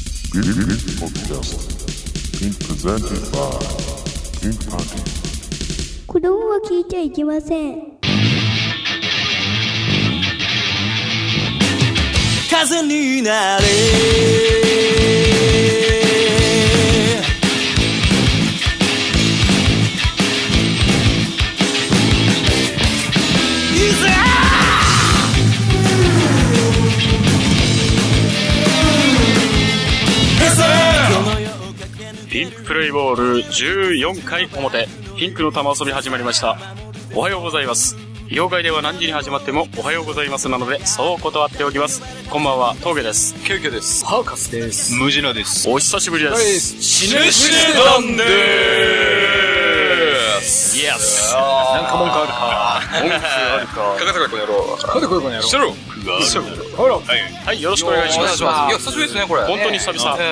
This podcast is presented by Pink Party. 子供は聞いちゃいけません。風になれいざピンクプレイボール14回表、ピンクの玉遊び始まりました。おはようございます。妖怪では何時に始まってもおはようございますなので、そう断っておきます。こんばんは、峠です。キュウキュウです。ハーカスですムジナです。お久しぶりです。死ぬ死ねなんでーイエスなんか文句あるか。文句あるか。かかせかこの野郎。なんでこれこの野郎してろはい、よろしくお願いします。いや、久しぶりですね、これ。本当に久々ね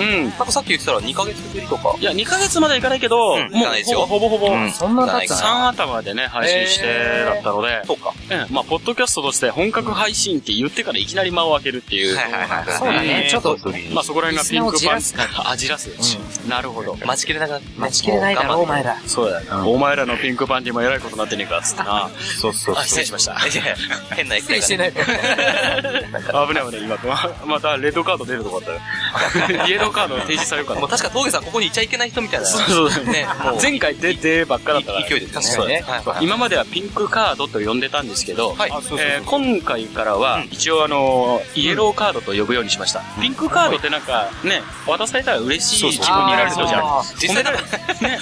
えうん。なんかさっき言ってたら2ヶ月ぶりとか。いや、2ヶ月まではいかないけど、うんいもかないですうよほぼほぼ、うんそんな経つな3頭でね、配信してだったので、そうか。うんまあ、ポッドキャストとして本格配信って言ってからいきなり間を空けるっていう。はいはい。そうだね、えーちょっと、まあ、そこら辺がピンクパンチ。あ、じらす。なるほど。待ちきれなくな待ちきれないだろ、お前ら。そうだよな。お前らのピンクパンチも偉いことになってねえか、つってな。そうそう。あ、失礼しま した。変な失礼してない。 危ない危ない、今。ままた、レッドカード出るとこだった よ。イエローカード提示されるかもなう。確か峠さんここにいちゃいけない人みた いな。そうそうね、もう。前回出てばっかだったから。勢いで。確かにねはい今まではピンクカードと呼んでたんですけど、はいあそうそうそうえー今回からは、一応あのー、イエローカードと呼ぶようにしました。ピンクカードってなんか、ね、渡されたら嬉しい自分になれるじゃん。実際なんか、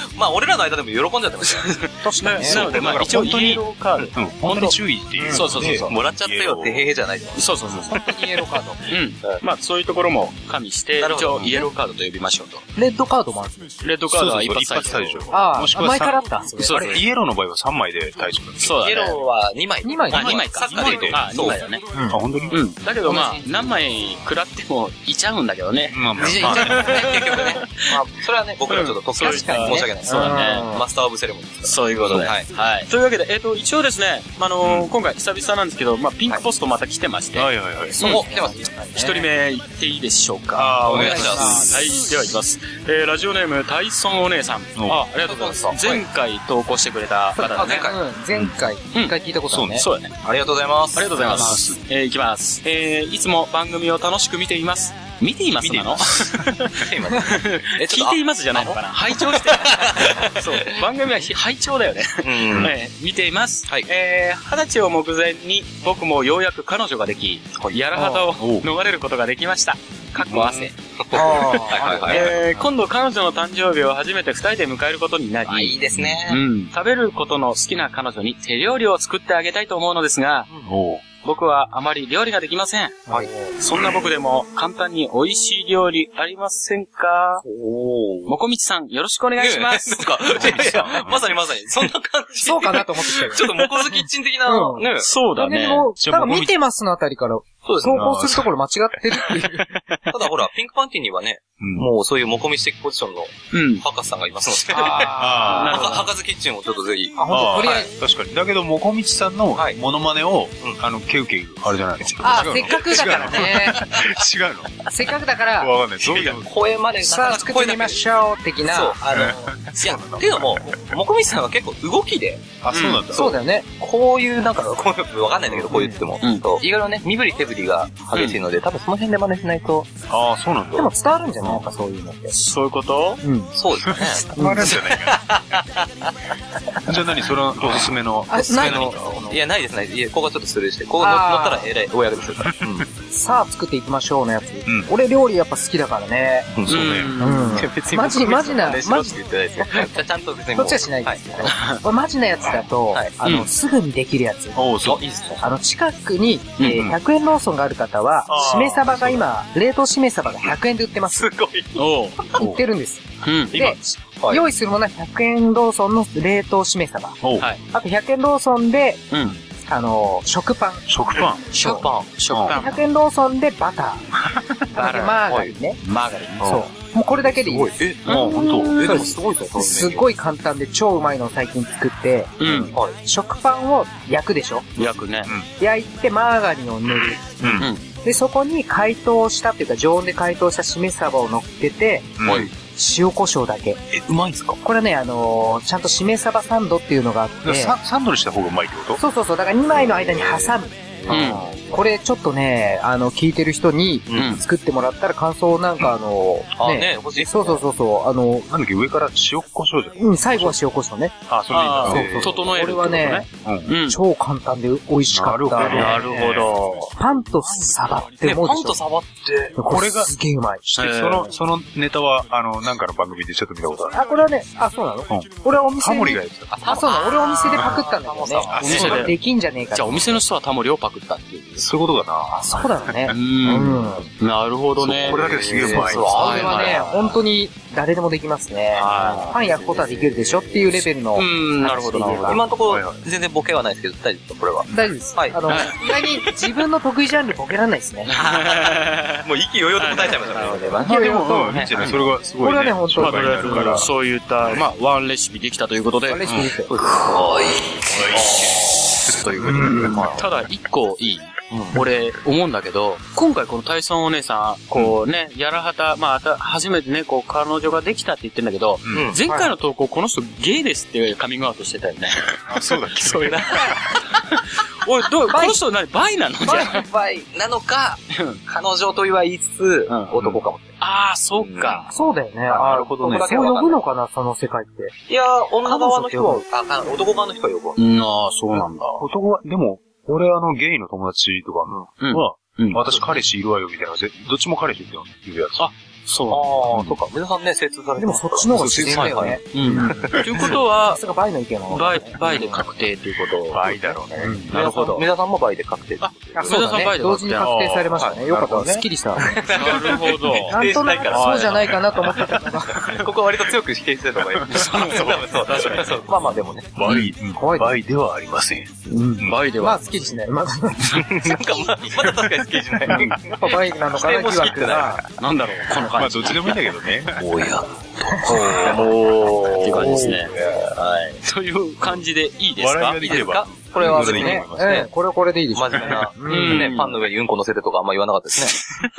まあ俺らの間でも喜んじゃってましたよね。確かに。なので、まあ一応イエローカード。本当に注意っていう。そうそうそうそう。もらっちゃったよってへへじゃない。そうそうそうそう。イエローカード。 うん。まあ、そういうところも加味して、なるほ一ど応、イエローカードと呼びましょうと。レッドカードもある。レッドカードは一発最初。ああ、前からあった。そうそう。イエローの場合は3枚で大丈夫なんですそうだイね。エローは2枚。二枚ああ、2枚か。サッカーで言うと。あ、2枚だね。あ、本当にうん。だけどまあ、何枚食らってもいちゃうんだけどね。まあまあじゃあ、いっちゃいますね、結局ね。まあ、それはね、僕らちょっと特権しか申し訳ない。そうだね。マスターオブセレモニーですかそういうことで。はいはい。というわけで、えっと、一応ですね、あのー、今回久々なんですけど、まあ、ピンクポストまた来てまして、はいはいはい。ら。お、来てます。一人目行っていいでしょうか。ああ、おお願願いいししま。ますす。はい、では行きます。えー、ラジオネーム、タイソンお姉さん。おあ、ありがとうございます。はい前回投稿してくれた方だあ、ね前。回。あ前回、一回聞いたことあるね。そうだね。りがとうございます。ありがとうございます。えー、いきます。えー、いつも番組を楽しく見ています。見ていますなのえ、ち聞いょっとていますじゃないのかな拝聴してるそう。番組はひ拝聴だよね。うん。えー見ています。はいえー二十歳を目前に僕もようやく彼女ができ、やらはたを逃れることができました。かっこ汗。はいはいはい。えー今度彼女の誕生日を初めて二人で迎えることになり、あ、いいですね。うん、食べることの好きな彼女に手料理を作ってあげたいと思うのですが、おう僕はあまり料理ができません。はいそんな僕でも簡単に美味しい料理ありませんかおもこみちさんよろしくお願いし ます。なんか、いやいや まさにまさに、そんな感じ。そうかなと思ってきたよ。ちょっと、モコズキッチン的な、うんね。そうだね。も、じゃなあんか見てますのあたりから、そうですね投稿するところ間違ってるっていう。ただほら、ピンクパンティにはね、うんもうそういうモコミチ的ポジションのうん。博士さんがいますので、あなるほど 博博士キッチンをちょっとぜひ。あ、ほんと、とりあえず。ー確かに。だけど、もこみちさんのはいモノマネをう、あの、ケウケウ、あれじゃないのあ、せっかくだからね。違うのせっかくだから、わかんない。どういう声までさあ作ってみましょう、的そなう。あいや、っていうのも、もこみちさんは結構動きで、あ、そうなんの、だ。そうだよね。こういう、なんか、こういう、わかんないんだけど、こう言っても。うんそういろいろね、身振り手振りが激しいので、多分その辺で真似しないと。ああ、そうなんでだ。も伝わるんじゃないなんかそういうのって。そういうことうん。そうですよね。あれじゃないか。じゃあ何そのおすすめの。あ、ないののいや、ないです、ないです。いや、ここはちょっとスルーして、ここ乗乗ったらえらい、お役でするから。さあ作っていきましょうのやつん。俺料理やっぱ好きだからね。うんそうね。うんいや別マジマジな真似しろって言ってないですよ。じゃあちゃんと別にもどう。っちはしないはでいすけど、これマジなやつだと、はいあの、うんすぐにできるやつ。おう、そう。いいですね。あの、近くに、えーうん100円ローソンがある方はあ、ーしめ鯖が今、冷凍しめ鯖が100円で売ってます。すごい。おう。売ってるんです。うん。で、はい用意するものは100円ローソンの冷凍しめ鯖。おうはいあと100円ローソンで、うん。あの、食パン。食パン。食パン。食パパン。 100円ローソンでバタ ー。あとマーガリンね。マーガリン。そう。もうこれだけでいいです。え、もう本え、でもすごいぞ、それねすごい簡単で超うまいのを最近作って、うん。食パンを焼くでしょ焼くね。焼いてマーガリンを塗る。当うん。で、そこに解凍したっていうか、常温で解凍したしめ鯖を乗っけて、はい塩コショウだけ。え、うまいんすかこれね、あのーちゃんとしめ鯖サンドっていうのがあって、ササンドにした方がうまいってことそうそうそう、だから2枚の間に挟む。うん。これちょっとね、あの、聞いてる人にうん作ってもらったら感想なんかあの、あ、ね、欲しい。そうそうそうそう、あの、なんだっけ、上から塩胡椒じゃん。うん、最後は塩コショウね。あ、それでいいんだあーそうえーそうそう。整えるってことねこれはね、うん。超簡単で美味しかった。なるほど。パンとサバってね、思うでしょ。パンとサバって、これこれががすげえうまい。してえーその、そのネタは、あの、なんかの番組でちょっと見たことある。あ、これはね、あ、そうなの、うん俺はお店タに。モリがやってた。あ、そうなの俺お店でパクったんだよね。あおそうそう店でできんじゃねえかじゃあとお店の人はタモリをパクったっていう。そういうことかあ、そうだろうねう。うんん。。なるほどね。そうこれだけですげえうまいそう、あれははいね、本当に誰でもできますね。はパン焼くことはできるでしょっていうレベルの。うん、なるほど、なるほど。今のとこはいろは、全然ボケはないですけど、大丈夫ですかこれは。大丈夫です。はいあの、意外に自分の得意ジャンルボケらんないですね。もう息よよと答えちゃいましたね。な。まあでも、うん、いいんじゃないそれがすごい。これはね本当まあ、と商売りあになえずるから。、そういった、まあ、ワンレシピできたということで、レシピですよ。ということで。ただ、一個いい俺、思うんだけど、今回この体操お姉さん、こうね、やらはた、まああた、初めてね、こう、彼女ができたって言ってんだけど、うん前回の投稿、この人ゲイですってカミングアウトしてたよね。あそうだっけそういう。 おい、どう、この人何、バイなのじゃあ。バイバイなのか、彼女とは言いつつ、ん男かもしれなああ、そっか。そうだよね。なるほどねあそう呼ぶのかな、その世界って。い。いやー、女側の人は彼女、あ、か男側の人はよくわうかん、ああ、そうなんだ。男は、でも、俺あの、ゲイの友達とかうんは、うん。私彼氏いるわよみたいな、ぜどっちも彼氏って言うやつ。あそうる。あうあんー、そっか。皆さんね、精通されてでもますそっちの方が自然だよそうね。うん。ということさは、すがバイの意見なのバイ、バイで確定ということ。バイだろうね。なるほど。梅田さんもバイで確定。ああ、そうだ梅田さんバね。イだ同時に確定されましたね。よかったなるほわ。どねすっきりした。なるほど。な否定んとなしないくからそうじゃないかなと思ってたのが。ここは割と強く否定してた方がいい。 そう、そう、確かにそう。まあまあでもね。バイ、うん怖いねバイではありません。バイでまあ、は。すっきりしない。まあ、なんかまあ、まだ確かに好きじゃない。やっぱバイなのかな、疑惑が。なんだろう、このまあ感じ。どっちでもいいんだけどね。おや。っおていう感じですね。ね。はい。という感じでいいです笑いかがでいいきでれすばか。これはそ別れにでいいとねね思い、まえすねえこれはこれでいいでしょ。真面目な、んね、パンの上にうんこ乗せてとかあんま言わなかったですね。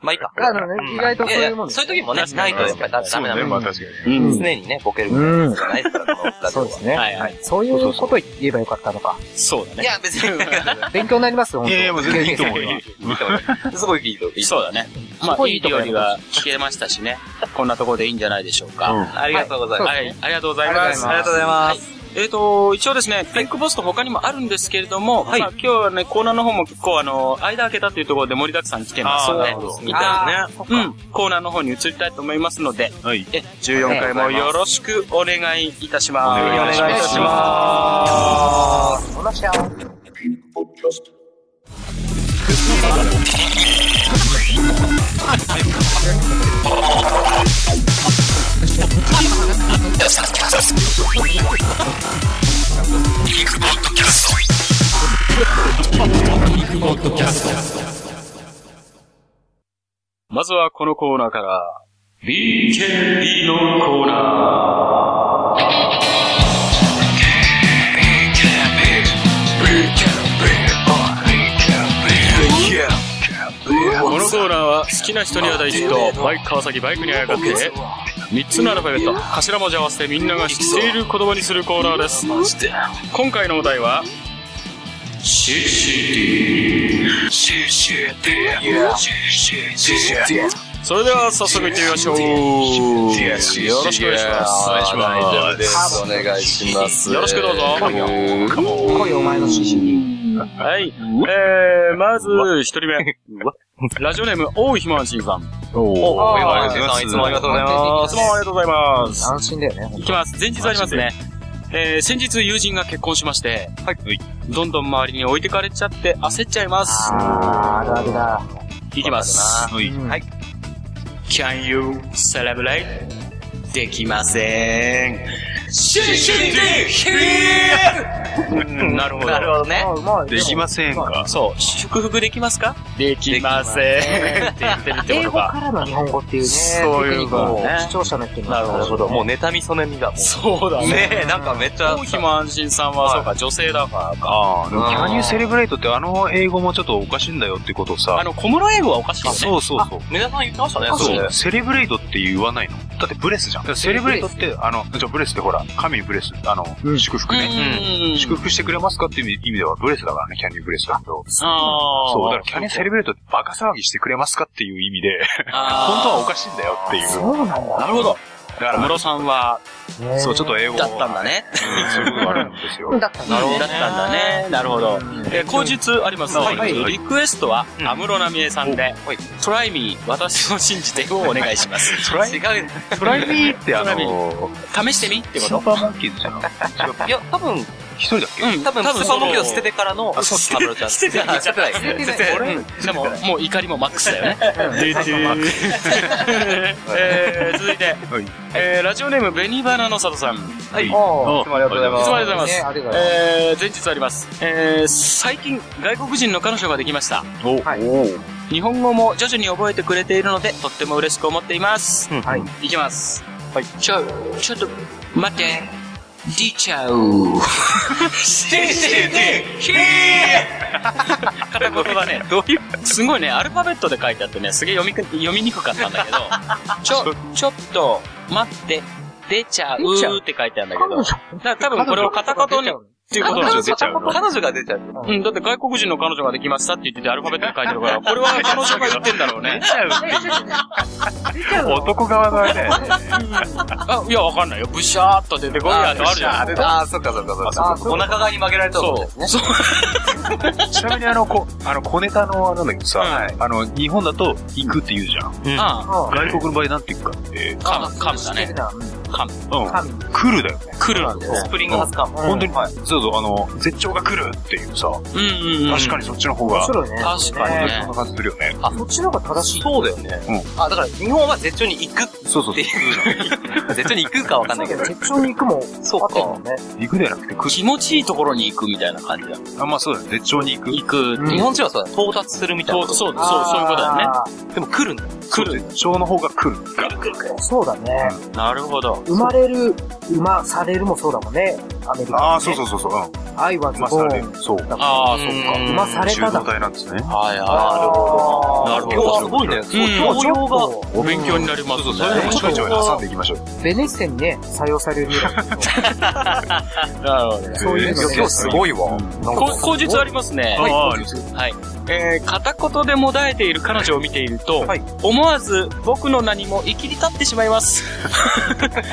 まあいいか。あのね、意外といそうやいいうもんや、そですういう時もね、ないとやっぱりダそうメなね、の。まあ確かにうね。ん。常にね、ボケるうんじゃないですから、このラジオそうはですね。はいはいはいそういうこと言えばよかったのか。そうだいね。や、別に。勉強になりますよ、本い当やいや、もう全然いいと思うよ。すごいいいと。いいとそうだね。まあ、いい料理が聞けましたしね。こんなところでいいんじゃないでしょうか。ありがとうございます。はい、ありがとうございます。ありがとうございますはい。えっ、と、一応ですね、ピンクボスト他にもあるんですけれども、まあ今日はね、コーナーの方も結構あの、間開けたというところで盛りだくさん来てますので、あーなるほど一あ旦ね、うん、コーナーの方に移りたいと思いますので、はい。え、14回もよろしくお願いいたします。お願いいたしますお願いいたします。おなしゃ Pink Podcast. まずはこのコーナーから、BKB のコーナー。このコーナーは好きな人には大ヒット、バイク川崎バイクにあやかって、3つのアルファベット、頭文字合わせてみんなが知っている言葉にするコーナーです。今回のお題は、それでは早速行ってみましょう。よろしくお願いします。お願いします。よろしくどうぞ来い、お前の獅子に。はい。えー、まず、一人目。ラジオネーム、大井ひまわしんさん。いおおー願いします。いつもありがとうございますつ。もありがとうございます。安心だよね、ほんいときます。前日ありますね。えー、先日友人が結婚しまして、はい。どんどん周りに置いてかれちゃって焦っちゃいます。あー、あるあるだ。いきます。はい。うん Can you celebrate? できません。シュシュシュシュうんなるほど。なるほどね。あうまい。できませんかそう、祝福できますかできませんって言ってるってこ英と語かか。らの日本語っていうね、そういうテクニックことをね視聴者の人に。なるほど。もうね。妬みそねみがもそうだう。ね。ねえ、なんかめっちゃ。王妃も安心さんは、はいそうか、女性だからか。ああ、でも、うんキャニューセレブレイトってあの英語もちょっとおかしいんだよってことさ。あの、小室英語はおかしいよね。そうそうそう。皆さん言ってましたね、そうね。セレブレイトって言わないのだってブレスじゃん。だからセレブレイトって、あの、じゃあブレスってほら、神にブレス、あの、祝福ね。うん。祝福してくれますかっていう意味ではブレスだからね、キャニーブレスだけど。ああ。そう、だからキャニーセレブレイトってバカ騒ぎしてくれますかっていう意味で、本当はおかしいんだよっていう。そうなんだ。なるほど。だか小ら、室さんは、そう、ちょっと英語だったんだね。うんそういうことがあるんですよ。だったんなだるほねど。だったんだね。なるほど。えー、後日ありますので、はいリクエストは、うん安室奈美恵さんではい、トライミー、私を信じてをお願いします。トライ違う。トライミーってあトライミの、 試してみってこスーとパーモンキーズじゃないいや、多分、一人だっうん多分、スーパーモンキーを捨てて。てからの、そう安室ちゃん。捨ててないあ 捨ててない。捨ててない。うんでも、もう怒りもマックスだよね。えー続いて、はいえーラジオネーム、紅花の里さん。けいおーいつもありがとうございいつもありがとうございねまありがとうございます。 えー前日あります。えー最近、外国人の彼女ができました。はい日本語も徐々に覚えてくれているので、とっても嬉しく思っています。うんはい。いきます。はい。ちょ、ちょっと、待って。出ちゃう。してしてて、ひー片言だね。どういうすごいね、アルファベットで書いてあってね、すげえ読みく読みにくかったんだけど、ちょ、ちょっと、待って、出ちゃうって書いてあるんだけど、だから多分これを片言に、っていうことなんですよ。出ちゃうの彼女が出ちゃう。うん、だって外国人の彼女ができましたって言っててアルファベットに書いてるから、これは彼女が言ってんだろう ね。男側だね。あ、いや、わかんないよ。ブシャーっと出てこいやとあるじゃん。あー、そっかそっかそっか。お腹側に曲げられたもんですね。そう。ちなみにあの、こ、あの、小ネタの、なんだけどさ、はあの、日本だと、行くって言うじゃん。ああ外国の場合なんて言うかって、あ、カム、カムだね。うん。神。来るだよね。来るなんだよ。スプリング発か。本当に、そうそう、あの、絶頂が来るっていうさ、うんうんうん。確かにそっちの方が、面そん白いね。確かにねな感じするよね。あ、そっちの方が正しい。そうだよね。あ、だから、日本は絶頂に行くそうそうっていう。絶頂に行くかわかんないけど。絶頂に行くも、そうあったか。よね。行くではなくて来気持ちいいところに行くみたいな感じだ。る。あ、まあそうだよね。絶頂に行く。行く。うん日本人はそうだ。到達するみたいそう、な。そう、そう、そういうこあーとだよね。。でも来るんだ。そう来る絶頂の方が来る。そうだね。なるほど。生まれる、生まされるもそうだもんね。アメリカ、。ああ、そうそううそうそう。うん。愛はズまあボされン。そう。ああ、そっか生まされ中ただ途もん。体なんですね。はいはあーなるほど今日はすごいね。そううん教養が。今日ちょっい。お勉強になりますね。それでもちょいちょい挟んでいきましょう。とベネッセにね、採用される ようになるとなるほど。そういうの今日すごいわ。こ口述ありますね。はいはい。はいえー、片言でもだえている彼女を見ていると、はい思わず僕の名にもいきり立ってしまい ます。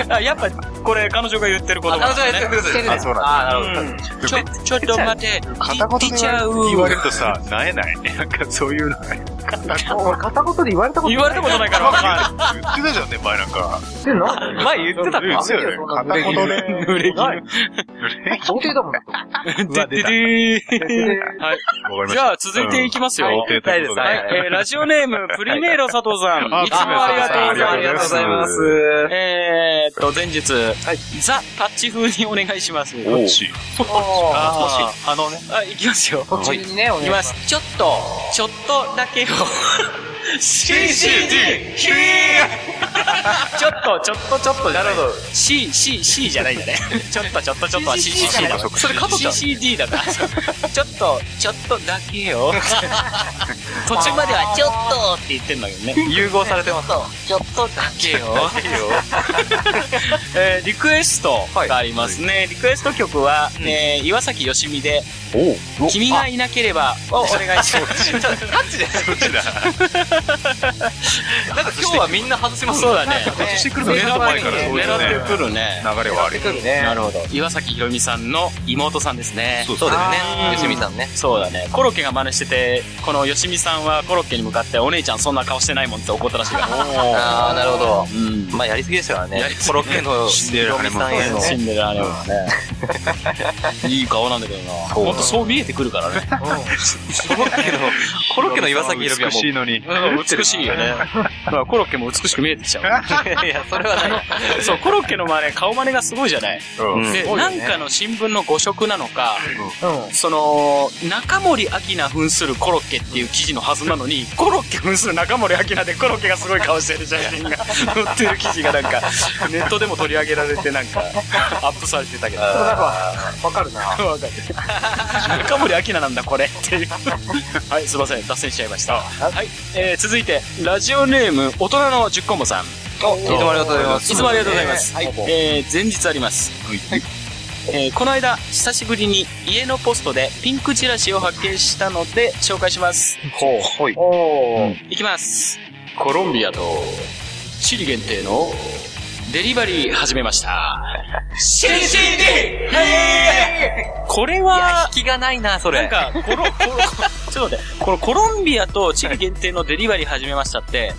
あやっぱ、これ彼女が言ってることあ、な彼んだ女がね。やってくれてる。あ、そうなんだ。あー、なるほど。うんちょ、ちょっと待て、片言出でちゃう。言われるとさ、なえない。なんかそういうのない。俺、片言で言われたこと言われたことないからわ かん言ってたじゃんね、前なんか。言ってんのあ前言ってた言かってた よね。片言で。ない。濡れ衣ない。童貞だもん。でででーはい。わかりました。じゃあ、続いていきますよ。はいはいということでははいいえーラジオネーム、プリメイロ佐藤さん。はいいつもありがとうございます。ありがとうございますす。えーっと、前日、ザ・タッチ風にお願いします。どっちあーあのね。あ、行きますよ。途中にね、おいき願いしま。ますす。ちょっと、ちょっとだけを。CCD! ヒューちょっと、ちょっと、ちょっとじゃない。C、C、C じゃないんだ ね。ちょっと、ちょっと、ちょっとは C、C だそっかそれ加藤ちゃん CCD だから。ちょっと、ちょっとだけよ。途中までは、ちょっとって言ってんだけどね。融合されてます。ちょっとだけよ。えーリクエストがありますね。リクエスト曲は、えー岩崎よしみで、君がいなければ、をお願いします。ちょっとタッチで。どっちだなんか今日はみんな外しますね。そうだね。外してくるの狙ちょっと前からそうだよね狙ってくるね。流れはある。来るねな。るほど。岩崎ひろみさんの妹さんですね。そうそうだよあーね。よしみさんね。そうだね。コロッケが真似してて、このよしみさんはコロッケに向かって、お姉ちゃんそんな顔してないもんって怒ったらしいから。 あー、なるほど。うん。まあ、やりすぎですからねやりす。ぎコロッケのシンデレラヒロミさんへの。死んでるあれは ね。いい顔なんだけどな。ほんとそう見えてくるからね。コロッケの、コロッケの岩崎ひろみは美もしいのに。美しいよ。よね。だからコロッケも美しく見えてきちゃう。 いや、それはない。そう、コロッケの真似、顔真似がすごいじゃない。うんうんで、ごいよなねんかの新聞の誤色なのか、うん。その、中森明菜扮するコロッケっていう記事のはずなのに、コロッケ扮する中森明菜でコロッケがすごい顔してる写真が載ってる記事がなんか、ネットでも取り上げられてなんか、アップされてたけど。でもなんか、わかるな。わかる。中森明菜なんだ、これ。っていう。はい、すいません。脱線しちゃいました。はい。えー、続いて、ラジオネーム、大人の10コンボさん。いつもありがとうございます。いつもありがとうございます。はい。えー、前日あります。えーこの間、久しぶりに家のポストでピンクチラシを発見したので紹介します。ほう。ほい。いきます。コロンビアとチリ限定のデリバリー始めました。CCD! これいや、は、引きがないな、そなんれ。か、コロ、コロ、ちょっと待って、このコロンビアとチリ限定のデリバリー始めましたって、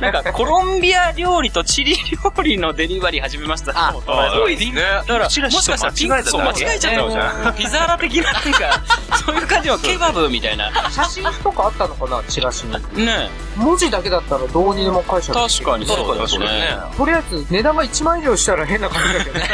なんか、コロンビア料理とチリ料理のデリバリー始めましたって思ったすごいね。だから、もチラシしかしたらピンクとそう間間違違えちゃったのじゃん。ピザーラ的な、なんか、そういう感じのケバブみたいな。写真とかあったのかなチラシに。 ね文字だけだったらどうにでも解釈でき確るかにそうです確かにねね。とりあえず値段が1万円以上したら変な感じだけどね。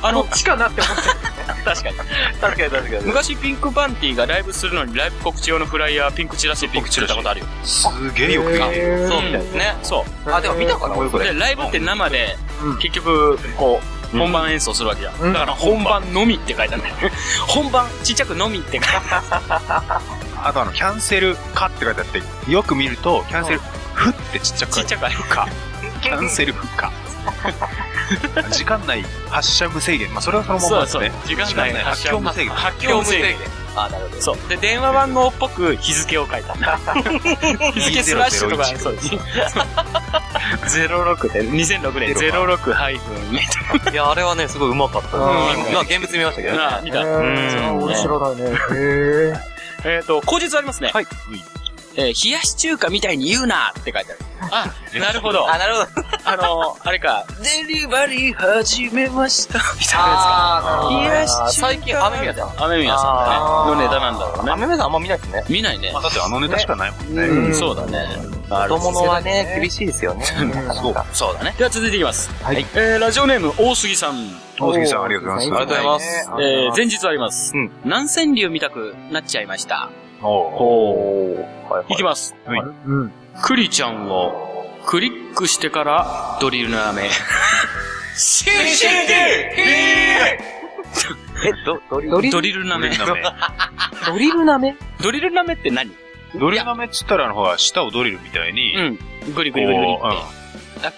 あどのっ、ちかなって思っちゃ確かに。確かに確か。昔ピンクパンティがライブするのにライブ告知用のフライヤーピンクチラシっぽく散ったことあるよ。すげう。えよくできてる。へーそうみたいですね。そあ、でも見たかな、こうい俺うここう。れ。で、ライブって生で、うん結局、こう、本番演奏するわけじゃん。うんだから本番のみって書いてあるんだよ。 本番、ちっちゃくのみって書いてある。あとあの、キャンセルかって書いてあって、よく見ると、キャンセル、ふってちっちゃくち書っいちてゃくあるか。ある。キャンセルふか。時間内発射無制限。まあ、それはそのままですね。時間内発発狂狂無無制制限限。。発狂無制限。あ、なるほど。そう。で、電話番号っぽく日付を書いたんだ。日付スラッシュとか、 2001そうです。06で、2006年06ハイフンみたいや、あれはね、すごいうまかった。うん今、現物見ましたけいどね。な、見へた。ーうん俺知らないね。へえっと、口述ありますね。はい。えー冷やし中華みたいに言うなって書いてある。あ、なるほど。あ、なるほど。あの、あれか、デリバリー始めました、みたいなやつか。あーいなるほどや最近、雨宮さん。雨宮さんあーね。のネタなんだろうね。雨宮さんあんま見ないですね。見ないねまあ、。だってあのネタしかないもんね。んうんそうだね。子供はね、厳しい。しいですよね。そう。あそうだね。では続いていきます。はいえーラジオネーム、大杉さん。大杉さんありがとうございますありがとうございますえー、前日あります。うん南川流見たくなっちゃいました。おうおはいいきます。うん。クリちゃんをクリックしてからドリルの 雨。え、ど、どれドリドル、リルのドリ雨ル。舐め。ドリルなめドリルの雨って何ドリル舐めっつったら、あの、ほら、舌をドリルみたいに、うん。グリこグリグリう、うグリんっ。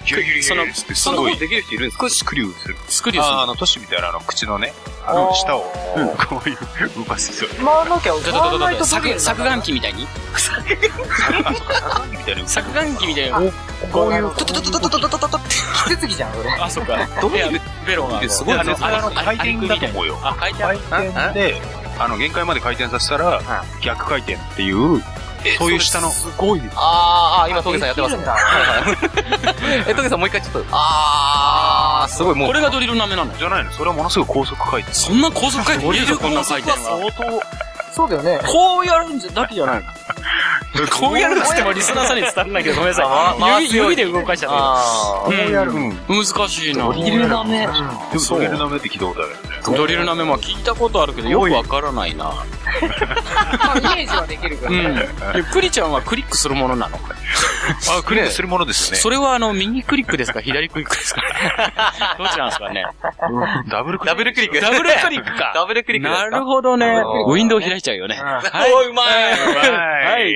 ギュリギュリギュリってすそんなこごいと、できる人いるんですかスクリューする。て。スクリューするああの、都市みたいな、あの、口のね、あの、舌を、こういう、動かす人。回らなきゃ、回ドドドらドないドとドリ削ル削岩機みたいにあ、そっか、サみたいな。削岩機みたいな。こういう、トトトトトトトトトトって。手つきじゃん、それ。あ、そっか。ドリルいやベロが。すごいねあの、それあのあの、回転だと思うよあ、回転。回転で、あの、限界まで回転させたら、逆回転っていう、そういう下の、すごい。あー、あー、今、トゲさんやってますね。え、トゲさんもう一回ちょっと。あー、すごい、もう。これがドリルの雨なのじゃないの、それはものすごい高速回転。そんな高速回転できるこんな回転は。相当、そうだよね。こうやるんじゃ、だけじゃない こうやるっつってもリスナーさんに伝わらないけど、ごめんなあまさあい。指指で動かしちゃっあたけど。こうやるうん。難しいな。ー。いるなめ。でも、ドリル舐めって聞いたことあるよね。ドリルの雨も聞いたことあるけど、よくわからないな。まあ、イメージはできるかうん。ら。でクリちゃんはクリックするものなのかあ、クリアするものですそよれはあの、右クリックですか左クリックですかどっちなんですかねね。ダブルクリダア。ブルクリック。ダブルクリックか。ダブルクリックですなか。るほどね。ウブルィンドウ開いちゃうよね。おうまいはい。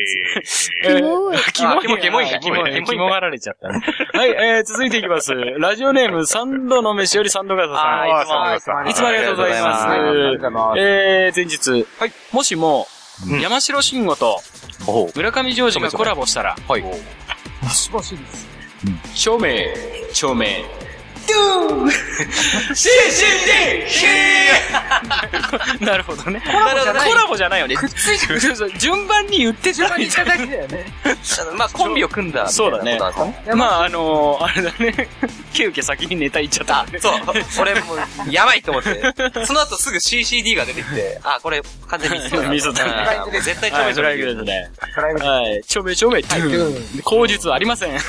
キモい。キモい。キモいキモいキモキモいキモいキモがられちゃったね。はい、えー、続いていきます。ラジオネーム、サンドの飯よりサンドガサあさーいつもあーん。いつもありがとうございます。ありがとうございますえー、前日。もしも、うん山城慎吾とおう村上ジョージがコラボしたら、はい。しばしです。照明、照明、 なるほどね。コラボじゃない。コラボじゃないよね。くっついて 順番に言ってじゃ ないただけだよね。あのまあ、コンビを組んだみたいなことなんですかね。まあ、あの ー、あれだね。急遽先にネタ言っちゃった、ね。そう、俺もう、やばいと思って。その後すぐ CCD が出てきて、あ、これ、完全にミスだな。ミスだなあーもう絶対ちょはい、めフちょラめイ言ンう。グですね。プライムはい。ちょめちょめ、ドゥーン。口述ありません。あ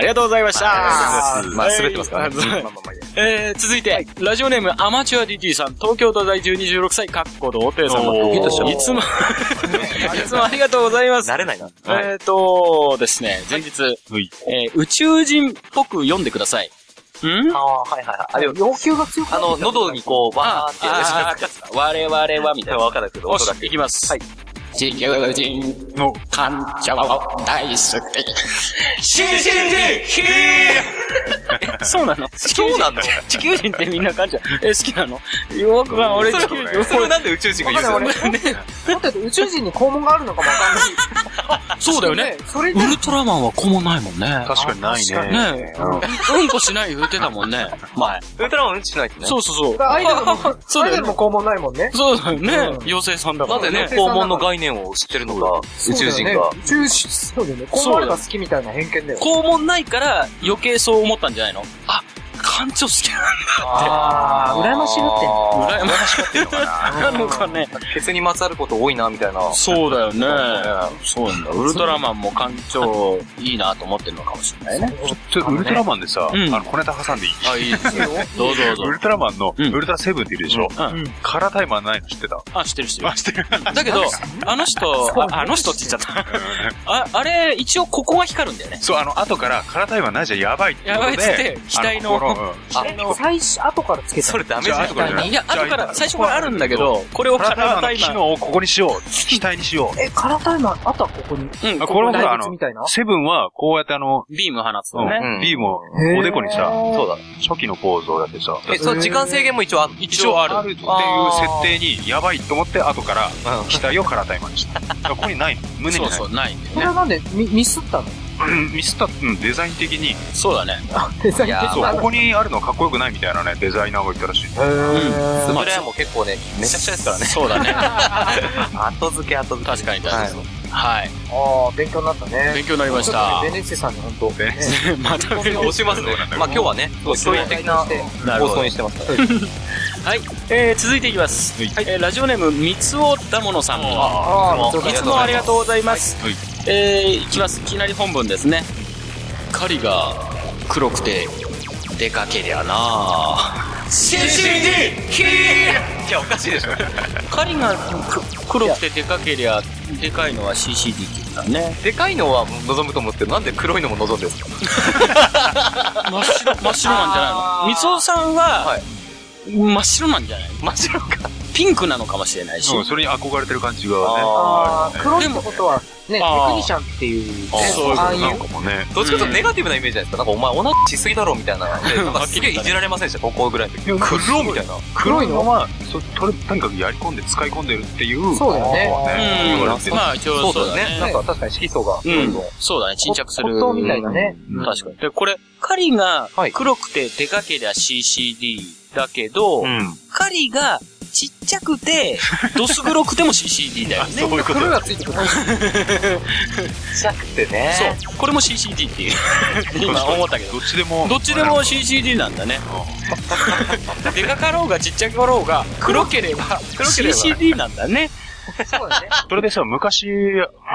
りがとうございました。まあ、滑ってますからね。はまいあまあまあいいやえー、続いて、ラジオネームアマチュア DT さん、東京都在住26歳、かっこ童貞さん。ヒットしちゃういつも、いつもありがとうございます。慣れないな。はいえーとですね、前日、はいえー宇宙人っぽく読んでください。んああ、はいはいはい。あ、でも、要求が強くなあいの、喉にこう、わーってやるやつああ我々はみたいな。わかんないけど、よ音しだ、け。いきます。はい地球人の感情を大好き。新人人そうなのそうなの地球人ってみんな感情。え、好きなのよくわ、俺地球人。それなんで宇宙人が言うわかんのない、俺。もっと言うと宇宙人に肛門があるのかもわかんない。 そうだよね。。それウで、ルトラマンは子もないもんね。確かにないね。ねえ。うんこしない言うてたもんね。前。ウルトラマンうんちしないってね。そうそうそう。アイドルも、 そうアだイよドルね。も肛門ないもんね。そうだよね。うん妖精さんだかなんらでねね。、肛門の概念を知ってるのか、宇宙人が。宇宙人、そうだよね。肛門あるが好きみたいな偏見だよ。肛門ないから余計そう思ったんじゃないのあ、艦長好きあー、羨ましがってんの。あー羨ましかってな。なのかね。ケツにまつわること多いな、みたいな。そうだよね。そうなんだ。ウルトラマンも艦長いいなと思ってるのかもしれないね。ちょっとウルトラマンでさ、あうんの、小ネタ挟んでいいあ、いいですよ。どうぞどウうルぞ。トラマンの、ウうんルトラセブンっているでしょうん。カラータイマーないの知ってたあ、知ってる知ってるあ、。知ってる。だけど、あの人、ああの人って言っちゃった。あ、あれ、一応ここは光るんだよね。そう、あの、後から、カラータイマーないじゃやばいっていうことで。やばいっつって額のあ心うんあえ最初、後からつけたそれの。ダメじゃんじゃあ。後からじゃないいや、後から、最初からあるんだけど、これをカラカータイラマーータのイ機マー。能をここにしよう。額にしよえ、カラータイマー、あとはここに。うん、う。これもほら、あ大の仏み、たいなセブンは、こうやってあの、ビーム放つうのね。うんん、ビームをへーおでこにさ、そうだ。初期の構造だってさ、え、その時間制限も一応ある一応ある。あるっていう設定に、やばいと思って、後から、額をカラータイマーにした。だからここにないの胸そにうないそう、ないんだこれよはね。なんで、ミミスったのうんミスった、うんデザイン的に、そうだね。デザイン的あそう、なこ。こにあるのかっこよくないみたいなね、デザイナーが言ったらしい。うんそれはもう結構ね、めちゃくちゃですからね。そうだ ね。後付け後付け。確かに確かに。はい。あー、勉強になったね。勉強になりましたちょっとね。ベネッセさんに本当。ベネッセねまた強押しますね。まあ今日はね、そういう的ななる放ほ送どに。してますから。はい。えー、続いていきます。えーラジオネーム、三つおだものさん。あー、いつもありがとうございます。はいえー、いきます。いきなり本文ですね。狩りが黒くて、でかけりゃなぁ。いや、おかしいでしょ。狩りがく黒くてでかけりゃ、でかいのは CCD だね。でかいのは望むと思って、なんで黒いのも望んでるんですか真っ白、真っ白なんじゃないの三つおさんはは、真っ白なんじゃない真っ白か。ピンクなのかもしれないし。 うん、それに憧れてる感じがね。あー、黒いってことは、ね、テあークニシャンっていうあね、そういうこああというなんかもね。どっちかというとネガティブなイメージじゃないですか。なんかお前、おなっしすぎだろ、みたいな。でなんかすげえいじられませんでした、高校ぐらいの時。でも黒みたいな。黒いのは、そとりとにかくやり込んで使い込んでるっていう。そうだよねことをうん言われてるまあ一応そそううだだね。ね。なんか確かに色素が。うん。そうだね。沈着する。骨董みたいなね。うん確かに。で、これ、狩りがはい黒くてでかけりゃ CCD だけど、うん。狩りがちっちゃくて、ドス黒くても CCD だよね。そういうこと黒がついてくる。ちっちゃくてね。そう。これも CCD って いう。今思ったけどど。っちでも。どっちでも CCD なんだね。でかかろうがちっちゃかろうが、黒ければ、黒ければ CCD なんだね。そうだね。それでさ、昔、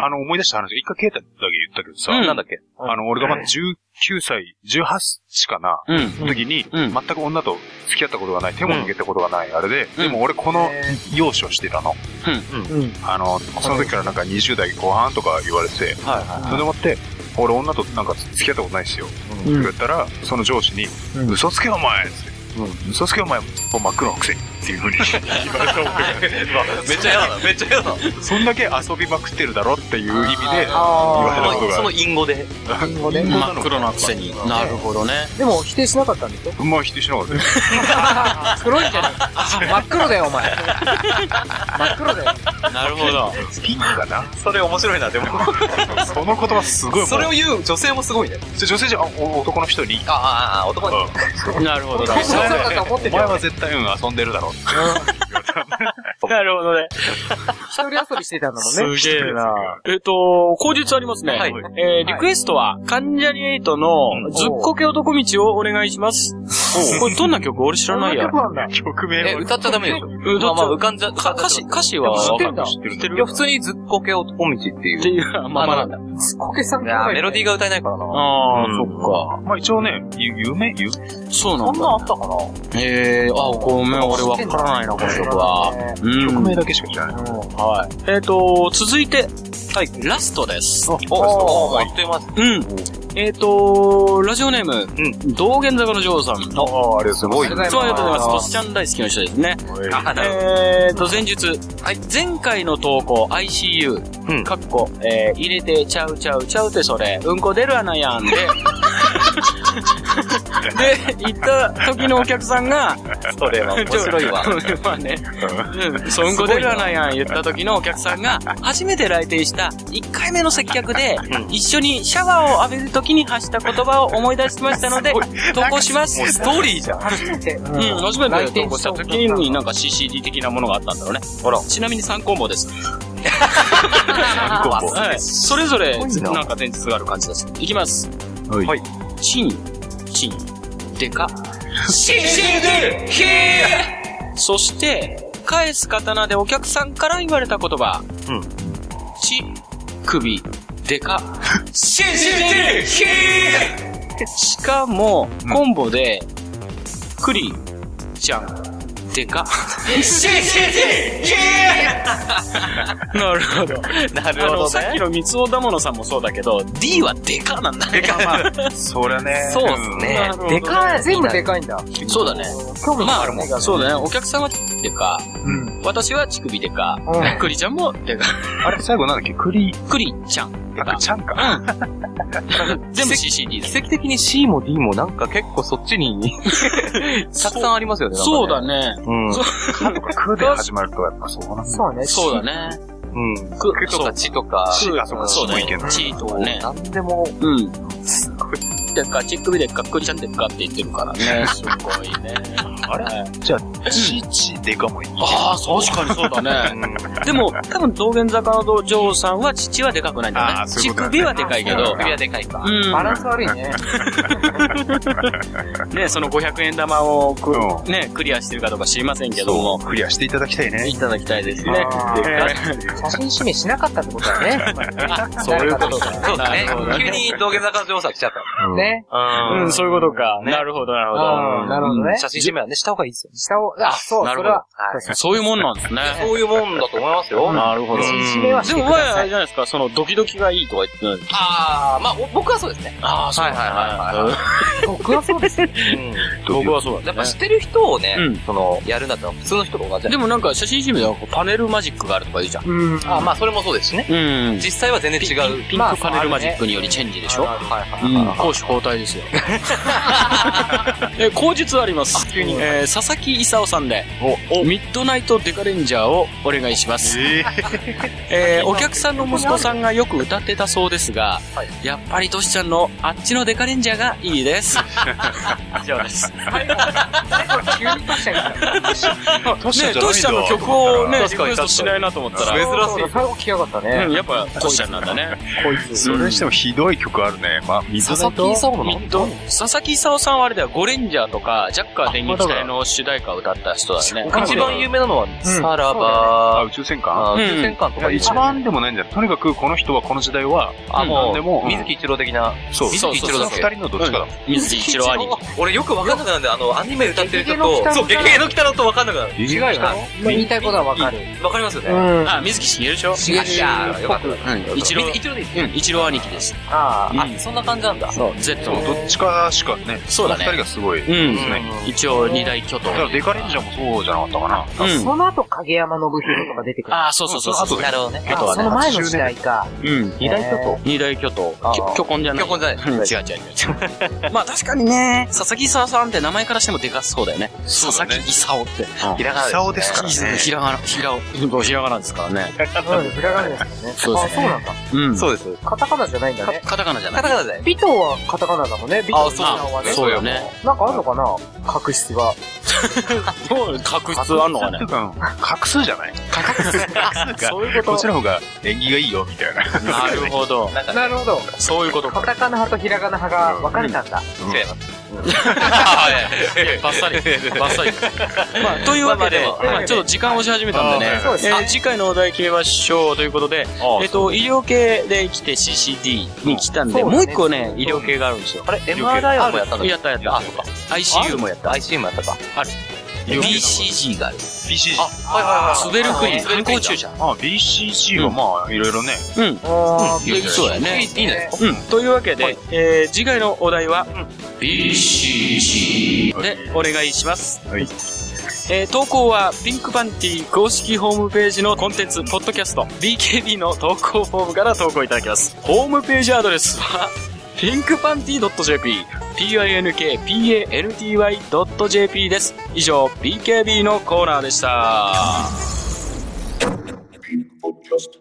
あの、思い出した話が、一回ケータだけ言ったけどさ、うんなんだっけあの、俺がまだ19歳、18歳かな、うん。の時に、うん全く女と付き合ったことがない、手も握ったことがない、あれで、でも俺このえ容姿をしてたの。うん。あの、その時からなんか20代後半とか言われて、それでもって、俺女となんか付き合ったことないですよ。って言ったら、その上司に、うん嘘つけお前っつって、嘘つけお前、もう真っ黒のくせに。っていうふうに 言われた覚えがあ めっちゃ嫌だな、めっちゃ嫌だな。るそんだけ遊びまくってるだろっていう意味で言われたあことがそあのる隠語で。あ、なるほどね真真っ黒なくせに。なるほどね。でも否定しなかったんでしょうまい否定しなかったよ黒いんじゃない真っ黒だよ、お前。真っ黒だよ。 なるほど。ピンクだなそれ面白いな、でも。その言葉すごいもうそれを言う女性もすごいね。じゃあ女性じゃんあお男の人にああ、男に。なるほどね。そうだよ思っておた前よ。は絶対うん遊んでるだろう なるほどね。一人遊びしてたんだもんね。すげえな。えっと、後日ありますね。はいえー、リクエストは、関ジャニエイトの、ずっこけ男道をお願いします。これどんな曲俺知らないや。曲なんだ。曲え、名を歌っちゃダメでしょ。っちゃまあまあ、浮かんじゃ、か歌詞、歌詞は知わってかんんだ。知ってる。知っているや、普通にずっこけ男道っていってう。いうままなんだ。コケさんいとやかー、メロディーが歌えないからな。ああ、うんそっまあ一応ねゆ夢ゆか。そうなんだ。あったかなえー、あ、ごめん、俺わからないな、この曲は。ねうん。曲名だけしか知らないはい。えっ、と、続いて、はい、ラストです。おおあっという間です。うん。えっ、と、ラジオネーム、道玄坂の女王さん。あああれすごいあねりがそう、ありがとうございます。あーボスちゃん大好きの人ですね。あ、なるほえーと、前日、はい、前回の投稿、うん ICU、かっこ、えー入れてちゃうちゃうちゃうってそれ、うんこ出るわなんやんで、で、行った時のお客さんが、ど。それは面白いわ。ちょまあね。うん。そんこ出るわなんやん言った時のお客さんが、初めて来店した1回目の接客で、一緒にシャワーを浴びる時に発した言葉を思い出しましたので、投稿します。ストーリーじゃん。うん、初めて投稿した時になんか CCD 的なものがあったんだろうね。ほら。ちなみに参考簿です。あはい。それぞれ、なんか前日がある感じです。いきます。はいはいチン、チン、でか、 CCD! ひーそして、返す刀でお客さんから言われた言葉。うんち、首、でか。 !CCD! ひーしかも、コンボで、クリ、ちゃん、でか。 !CCD! ひなるほど。ーなあるほの、どさっきね。の三尾だものさんもそうだけど、D はでかなんだね。そりゃねそうですね。うんでかい。全部でかいんだ。そうだね。興味まがああるもん。、そうだね。お客さんはでか。うん。私は乳首でか。うんクリちゃんもでか。あれ最後なんだっけ栗 クリちゃんであか。ちゃんか 全部 CCD だ。奇跡的に C も D もなんか結構そっち にたくさんありますよね。なんかねそうだ。ね。うん。 かとかくで始まるとやっぱそうなんだそうね。そうだね。うん。くくとかちとか。ちあそこそうちもいけねる。チーとかね。なんでも、うん。でか、チックビでか、クリちゃんでかって言ってるからね。すごいね。あれじゃあちちでかもいいああ、確かにそうだね。でも、多分、道玄坂の女王さんは父はでかくないんだあよーね。そういう乳ことだね首はでかいけど。首はでかいか。うん。バランス悪いね。ね、その500円玉をく、うね、クリアしてるかどうか知りませんけども、クリアしていただきたいねいただきたいですね。あー写真指名しなかったってことだね。そういうことか。そうだねなるほど。急に道下坂の上手来ちゃった。ね。う、うんそういうことか。ねなるほど、なるほあーど。なるほどね。写真締めはね、した方がいいですよ。下を、あ、そう、なるほどそれは。はい。そういうもんなんですね。そういうもんだと思いますよ。なるほど。写真指名はしでてくも、だ前あされい。じゃないですか、そのドキドキがいいとか言ってないあー、まあ、お僕はそうですね。ああ、そうはいはいは僕はそうですよ。いはい。僕はそうやだっぱね知。ってる人をね、うんその、やるんだったら普通の人の方がじゃでもなんか、写真集ではパネルマジックがあるとか言うじゃん。うん。あ、あ、まあそれもそうですしね。うん。実際は全然違う。ピンクパネルマジックによりチェンジでしょはいはいうんは、攻守交代ですよ。え、後日あります。えー、佐々木勲さんで、ミッドナイトデカレンジャーをお願いします。ええー、お客さんの息子さんがよく歌ってたそうですが、やっぱりトシちゃんのあっちのデカレンジャーがいい です。以上です。ね、急に確かに。 トトシちゃんの曲をね、リ確かクにエストしないなと思ったら、珍しい。最後来やがったうね。ん、やっぱトシちゃんなんだね。それにしてもひどい曲あるねまあ水佐々木さんもミッド、佐々木勲さんはあれだよ、ゴレンジャーとか、ジャッカー電撃隊の主題歌を歌った人だね。一番有名なのは、さらあば、宇宙戦あ艦宇宙戦艦といかやいう一、番でもないんじゃないとにかくこの人はこの時代はあ、も何でもう、水木一郎的な、そう水木一郎だっけ二人のどっちかだもん水木一郎兄貴。俺よくわかんなくなるんだよ、あの、アニメ歌ってる人激励の鬼と、太郎そう、激励の鬼太郎とわかんなくなる。違うよまあ言いたいことはわかる。わかりますよね。ん。あ、水木しげるでしょしげるあよかった。うん。一郎水木、一郎でいいですうね。ん、一郎兄貴です。あうんあ、そんな感じなんだ。そう、Z そうどっちかしかねそうだねこの二人がすごいうんね。一応、二大巨頭だ。からデカレンジャーもそうじゃなかったかな。うん。その後、影山信弘とか出てくる。ああ、そうそうそうそう。なるほどね。あとはあそねの、前の時代か。うん。二大巨頭。二大巨頭。あーきょ巨根じゃない。巨根じゃないうん違う違う違う。 まあ確かにね、佐々木勲さんって名前からしてもでかそうだよね。そう佐だね々木勲って。ひらがなですね久男ですからね。ひらがな、ひら、うんひらがなですからね。うん、ひらがなですよね。そうですねあ、そうなんだ。うん。そうです。カタカナじゃないんだね。カタカナじゃなカい。タカナじゃない。ビトはカタカナだもんね。ビトあそうさんはね。そうよね。なんかあんのかな確執は。もう確執あんのかね。うん。画数じゃないそういうここっちと。の方が縁起がいいよ、みたいな。 なるほど。なるほど。そういうことか。 カタカナ派とひらがな派が分かれたんだ。違います。バッサリ。バッサリ。まあ、というわけで、まあまあでもまあちょっと時間を押し始めたんでねあーそうで、すえねー次回のお題決めましょうということで、えっと、医療系で来て CCD に来たんで、うんもう一個ね、医療系があるんですよ。あれ ?MRI もやったのやったやったあ、。そうか。 ICU もやった。 ICU もやったか。 BCG がある。 BCG。はいはいは滑い。る国、滑観る国光注射。あ、BCG はまあ、いろいろね。うん。あーできそうだよね。いいんじゃないですかうん。というわけで、えー次回のお題は、BCG でお願いします。はい。えー投稿は、ピンクパンティ公式ホームページのコンテンツ、ポッドキャスト、BKB の投稿フォームから投稿いただけます。ホームページアドレスは、pinkpanty.jp、p-i-n-k-p-a-n-t-y.jp です。以上、BKB のコーナーでした。 Reading about just.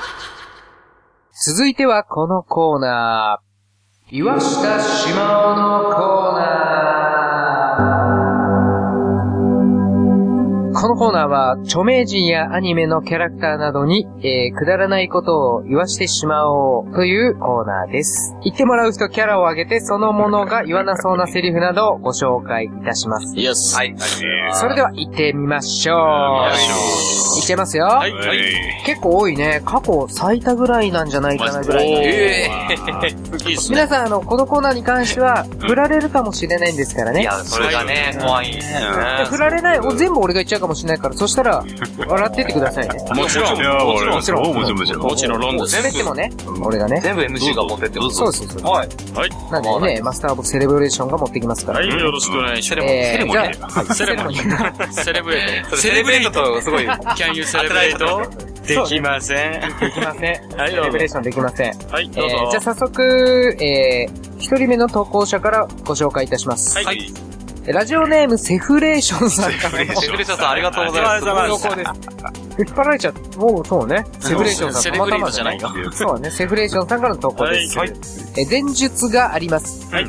あ続いてはこのコーナー。岩下しまおのコーナー。このコーナーは、著名人やアニメのキャラクターなどに、えー、くだらないことを言わしてしまおうというコーナーです。言ってもらう人キャラを挙げて、そのものが言わなそうなセリフなどをご紹介いたします。イエス。はい。それでは行ってみましょう。よいし行っちゃいますよ。いは結構多いね。過去最多ぐらいなんじゃないかなぐらいの。えいいっすね。皆さん、あの、このコーナーに関しては、振られるかもしれないんですからえ。いね。や、それがね、怖いね。で振られない、お全部俺が言っちゃうかもしれないから、そしたら、笑っててくださいね。もちろんい、や、俺もちろんもちろん、もちろん。。もちろん論です。全てもね、俺がね。全部 MC が持ってってことそうです、そうではい。す。なんでね、マスターオブセレブレーションが持ってきますから。はい、よろしくお願いします。えー、じゃあ、セレモニー。セレブレート。セレブレートとすごい。 Can you celebrate? できません。できません。 はい、セどうレぞブ。レーションできません。はい、えどうー、じゃぞ。あ早速、えー、一人目の投稿者からご紹介いたします。はいラジオネームセフレーションさんからのセレブレートさんありがとうございます。投稿です。引っ張られちゃった。もうそうね。セフレーションさんセレたまブレーたまトじゃないよ。そうね、セフレーションさんからの投稿です。はえ、前述があります。はい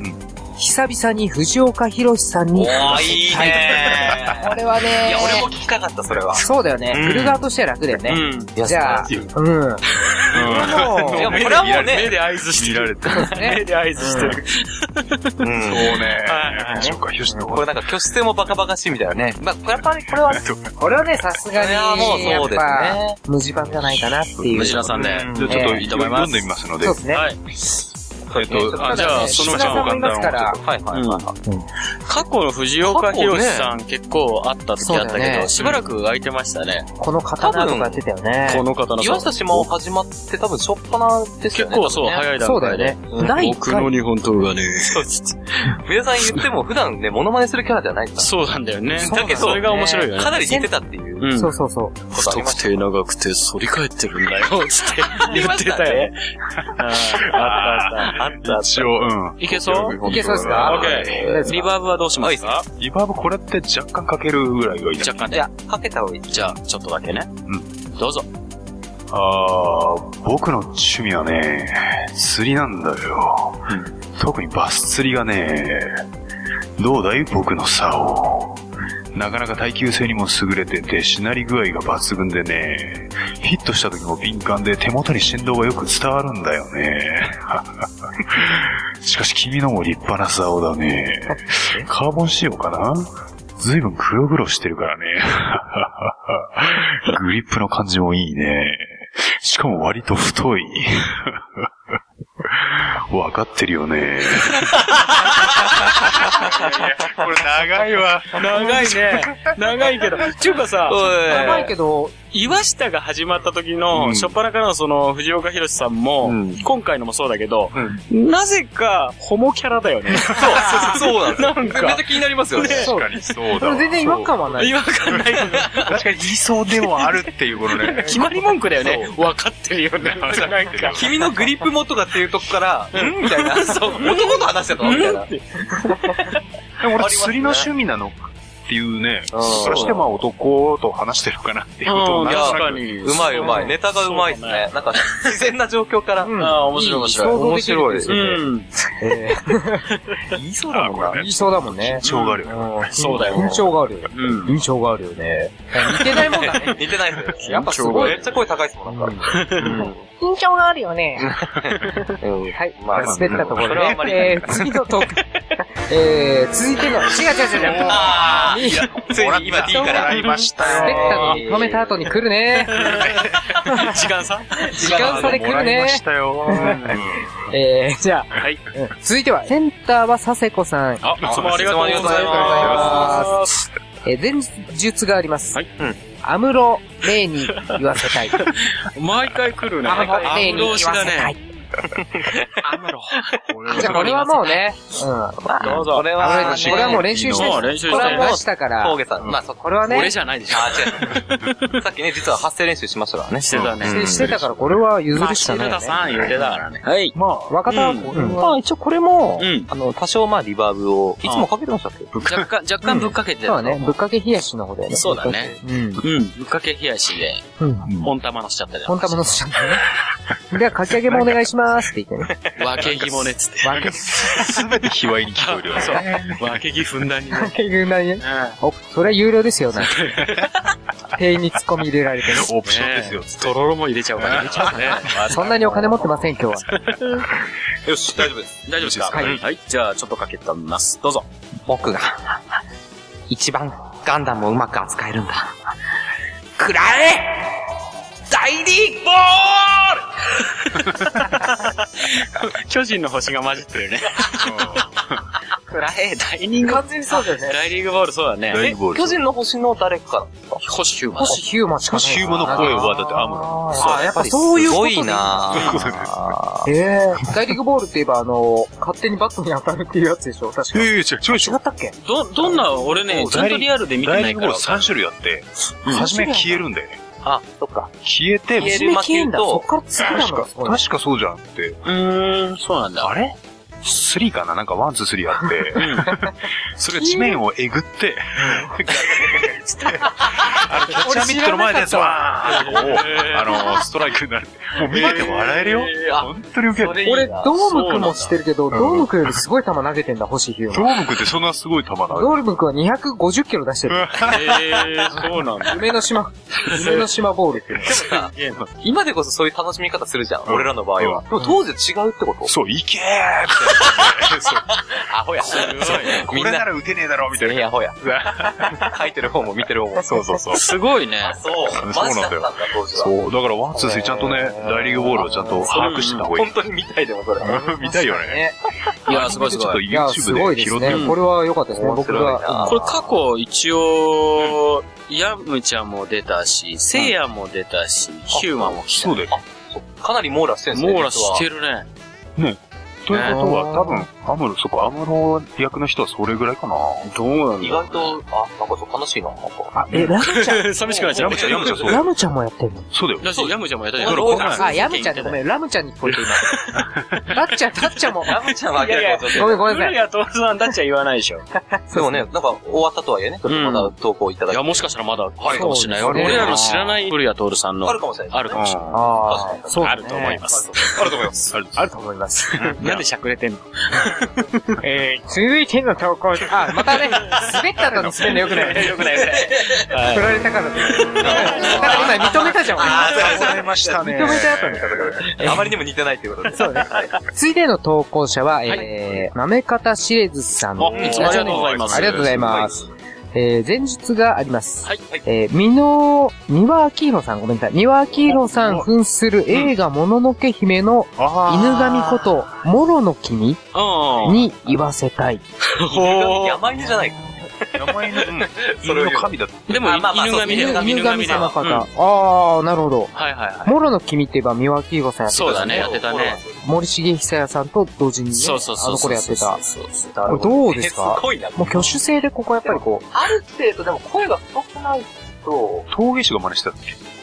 久々に藤岡弘さんに。おー、いいね。これはね。いや、俺も聞きたかった、それは。そうだよねうん。売る側としては楽だよね。うん。じゃあ、いやうん。もいや、うこれはもう目ね、で合図して見らる。れてる。目 ね。で合図してる。そうねは。そうか、よし、これなんか挙手制もバカバカしいみたいなね。まあ、これは、これは、ね、これはね、さすがに、いやもうやそうっですねぱ、無地盤じゃないかなっていう。ムジナさんね。じゃあちょっといいと思います読んでみますのでそう。ですね。はい。えっと、あじゃあそのうちの方がいますから。はいはい。過去の藤岡弘さん結構あった時あったそうだけど、ねしばらく空いてましたね。この刀とかやってたよねこ。の方の。岩下島を始まって多分初っ端ですよ結ね。構そう、多分ね早いそう段だ階よでね。。第一僕の回。日本刀がね。皆さん言っても普段ね、モノマネするキャラではないから。そうなんだよね。そうだなんだけよど、それが面白いよねか。なり似てたっていう。うんそうそうそう。太くて長くて反り返ってるんだよ、つって言ってたよ。あったあっ一応、うた。ん。いけそういけそうですかオッケー。リバーブはどうしますかリバーブこれって若干かけるぐらいがいいな。若干いね。や、かけた方がいい。じゃあ、ちょっとだけね。うん。どうぞ。あー、僕の趣味はね、釣りなんだよ。特にバス釣りがね、どうだい僕の竿。なかなか耐久性にも優れてて、しなり具合が抜群でね、ヒットした時も敏感で手元に振動がよく伝わるんだよね。しかし君のも立派な竿だね。カーボン仕様かなずいぶん黒々してるからね。 グリップの感じもいいね。しかも割と太い。 わかってるよね。これ長いわ。長いね。長いけど。ちゅうか さ、長いけど、岩下が始まった時うの、ん初っ端からのその、藤岡弘さんも、うん今回のもそうだけど、なぜか、ホモキャラだよね。そう、そうなんですよ。なんめめっかちゃ、気になりますよね。そう。かにそうでも全然違和感はない。違和感ないよね。。確かに言いそうでもあるっていうことね 決まり文句だよね。わかってるよね。 なんか、君のグリップもとかっていうとこから、んみたい な。そう。男と話してたのみたいな。でもあり俺ますね釣りの趣味なのっていうね。んそしてまあ男と話してるかなっていうことをうんなんとなく確かに。うまいうまい。ネタがうまいですね。なんか、自然な状況から。うんああ、面白い面白い。面白いですうよね。ん。えー言いそうだもんな言いそうだもんね。緊張があるよねうんそうだよ緊張があるよ。うん。緊張があるよね。似てないもんだね。似てないですね。やっぱすごいめっちゃ声高いですもん、なんか。緊張があるよね。はい。まあ、滑ったとこそれはあんろまりで。えー次のトーク。えー、続いての、違う違う違う違う。あーいやついに今 D もかららいました滑っよ。たのに止めた後に来るね。時間差時間差で来もらるいまね。したよ。えー、じゃあ、はい。うん続いては、センターは佐世子さん。あ、いつもありがとうございいつもありがとうございます。えー、前述があります。はいうんアムロ、レイに言わせたい。毎回来るね。アムロ、レイに言わせだたい。。アムロ。 じゃあ、これはもうね、うん。まあ、どうぞ。これあは、これはもう練習してもうる。練習こしれてはもうしたから。峠さん。まあ、そここれはね、俺しじゃないでしょ。あー、 違う。さっきね、実は発声練習しましたからね。してたね。うんしてたから、これは譲まあるしかないよね。ん言うてたからね。はい。まあ、若田はこれは、まあ、一応これもうん、あの、多少まあ、リバーブを、いつもかけてましたっけ若干、若干ぶっかけてそうるだね、ぶっかけ冷やしの方だよね。そうだね。うん。うん。ぶっかけ冷やしで、うん。本玉のしちゃったじゃん。本当は戻しちゃったね。では、かき揚げもお願いしますって言ってね。わけぎもねっつって。わけ、すべて卑猥に聞こえるよね。わけぎふんだんにね。かき揚げないね。お、それは有料です よ、なんて。店員に突っ込み入れられてね。オプションですよ。とろろも入れちゃうから。 入れちゃうね。そんなにお金持ってません、今日は。よし、大丈夫です。大丈夫ですかはいはい。じゃあ、ちょっとかけたます。どうぞ。僕が、一番ガンダムをうまく扱えるんだ。くらえ大リーグボー巨人の星が混じって るね。ルくらえ大リ人完全にそうだよね。ライリングボールそうだね。ラえ、イブボールで巨すよ。人の星の誰かなんですか星ヒューマン。星ヒューマしかねえな星ヒューマの声はだってアムロあーやっぱそういうことすごいなぁ。ええ大リーグボールって言えば、あの、勝手にバットに当たるっていうやつでしょ確かええ、違う、違う、違違ったっけど、どんな、俺ね、ちゃんとリアルで見う。てラなイいブかボールら。 3種類あって、初め消えるんだよね。あ、そっか。消えて、消える消えんだ。魔球とそっから作る確のかがす、ごいね。確かそうじゃんって。うーん、そうなんだ。あれ ?3 かななんかワン、ツー、スリーあって、それが地面をえぐって、つって、あの、キャッチャーミットの前でやつわーンあの、ストライクになる。もう見てて笑えるよ。本当にウケる。俺、ドームくんもしてるけど、そうなんだドームくんよりすごい球投げてんだ、星ヒュードマン。ームくんってそんなすごい球だドームくんは250キロ出してる。えー、そうなんだ。夢の島、夢の島ボールっていうの。 今でこそそういう楽しみ方するじゃん、うん俺らの場合は。うんでも当時違うって ことそう、いけーみたいなそうアホや。こみれんなな、ら打てねえだろみたい全員アホや。書いてる方も見てる方も。な。そうそうそう。すごいね。そうマジだったんだ、当時は。そう、だからワン、ツー、スリーちゃんとね、大リーグボールをちゃんと把握してた方がい本い。当に見たいでもそれ。見たいよね。ね。いや、すごいすちょっごとい。いや、すご YouTube いでで拾すってね。これは良かったですね、僕が。これ過去一応、ヤムちゃんも出たし、セイヤも出たし、ヒューマンも来そうだよ。かなり網羅してるんた。ですね。網羅してる。るね。ということねは、多分、アムロ、そこ、アムロ役の人はそれぐらいかな。どうなん意外と、あ、なんかそう悲しいな、なんか。あ、え、ラムちゃん、だ寂しくなっちゃヤうムちゃん、ヤムちゃん、そうだラよ。ムちゃんもやってんのそうだよ。だし、ヤムちゃんもやったじゃん。そうあ、ヤムちゃんってごめん、ラムちゃんに聞こえて今。ラッちゃん、タッちゃんも。ラムちゃんは明らかにごめんごめんなさ 古い。谷徹さんだっちゃ言わないでしょ。でもね、なんか終わったとはいえね、ちょっとまた投稿いただいきや、もしかしたらまだあるかもしれないよ。そうですね俺らの知らない古谷徹さんのあるかもしれない。あるかもしれない。ああ、そうだあねると思います。あると思います。あるあると思います。なんでしゃくれてんのえー、続いての投稿。あ、またね、 滑った後に滑るのよくない。よくないね。 振られたからだよ。 だから今認めたじゃん、俺あーそうと思いましたね。認めた後 にあまりにも似てないっていうことで。そうね。続いての投稿者は、えー、なめかたしれずさん。あいつもありがとうございますありがとうございます。えー、前述があります。はい、はい。えー、美濃、三輪明宏さん、ごめんなさい。三輪明宏さん扮する映画、もののけ姫のあ犬神こと、もろの君うん。に言わせたい。ほー山犬じゃないか。名前の、うん、それを言犬のう神だって。でも、あまあまあ犬神だよ。そう犬犬神神だ様よ。方。うんはあー、なるほいど。はいはもろの君って言えば三輪明宏さんい。やってた、そうだね、やってたね。森重久也さんと同時に、ね、そうそうそう。あの頃やってた。そうそうそう。これどうですかすごいな。もう挙手制でここやっぱりこある程度、でも声が太くないと、陶芸師が真似したって。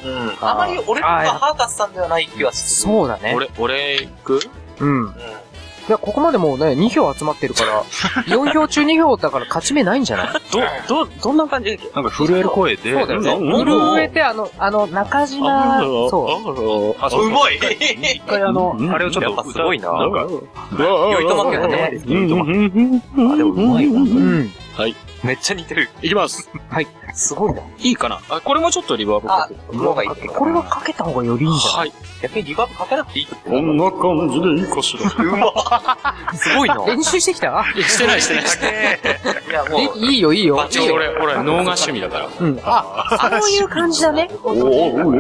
うん。あまり俺とかハーカスさんではない気がう、する。そうだね。俺、俺行くうん。う。ん。いや、ここまでもうね、2票集まってるから、4票中2票だから勝ち目ないんじゃないど、ど、どんな感じだっけなんか震える声で、そうだよね。うん震えて、あの、あの、中島、そう。う。あ、うまい一回あの、うんあれをちょっとやっぱ歌すごいななんか、酔い止まってたね。いいと思うあ、でもうまいな。うん。めっちゃ似てる。いきます。すごいな。いいかなあ、これもちょっとリバーブかけて。のがいいけど。これはかけた方がよりいいんじゃないい。逆にリバーブかけなくていいってこんな感じでいいかしら。うますごいな。練習してきたあしてないしてない。いや、もう、いいよ、いいよ。いいよ。俺、俺、脳が趣味だから。うん。あ、そういう感じだね。おおおえおおえおおおお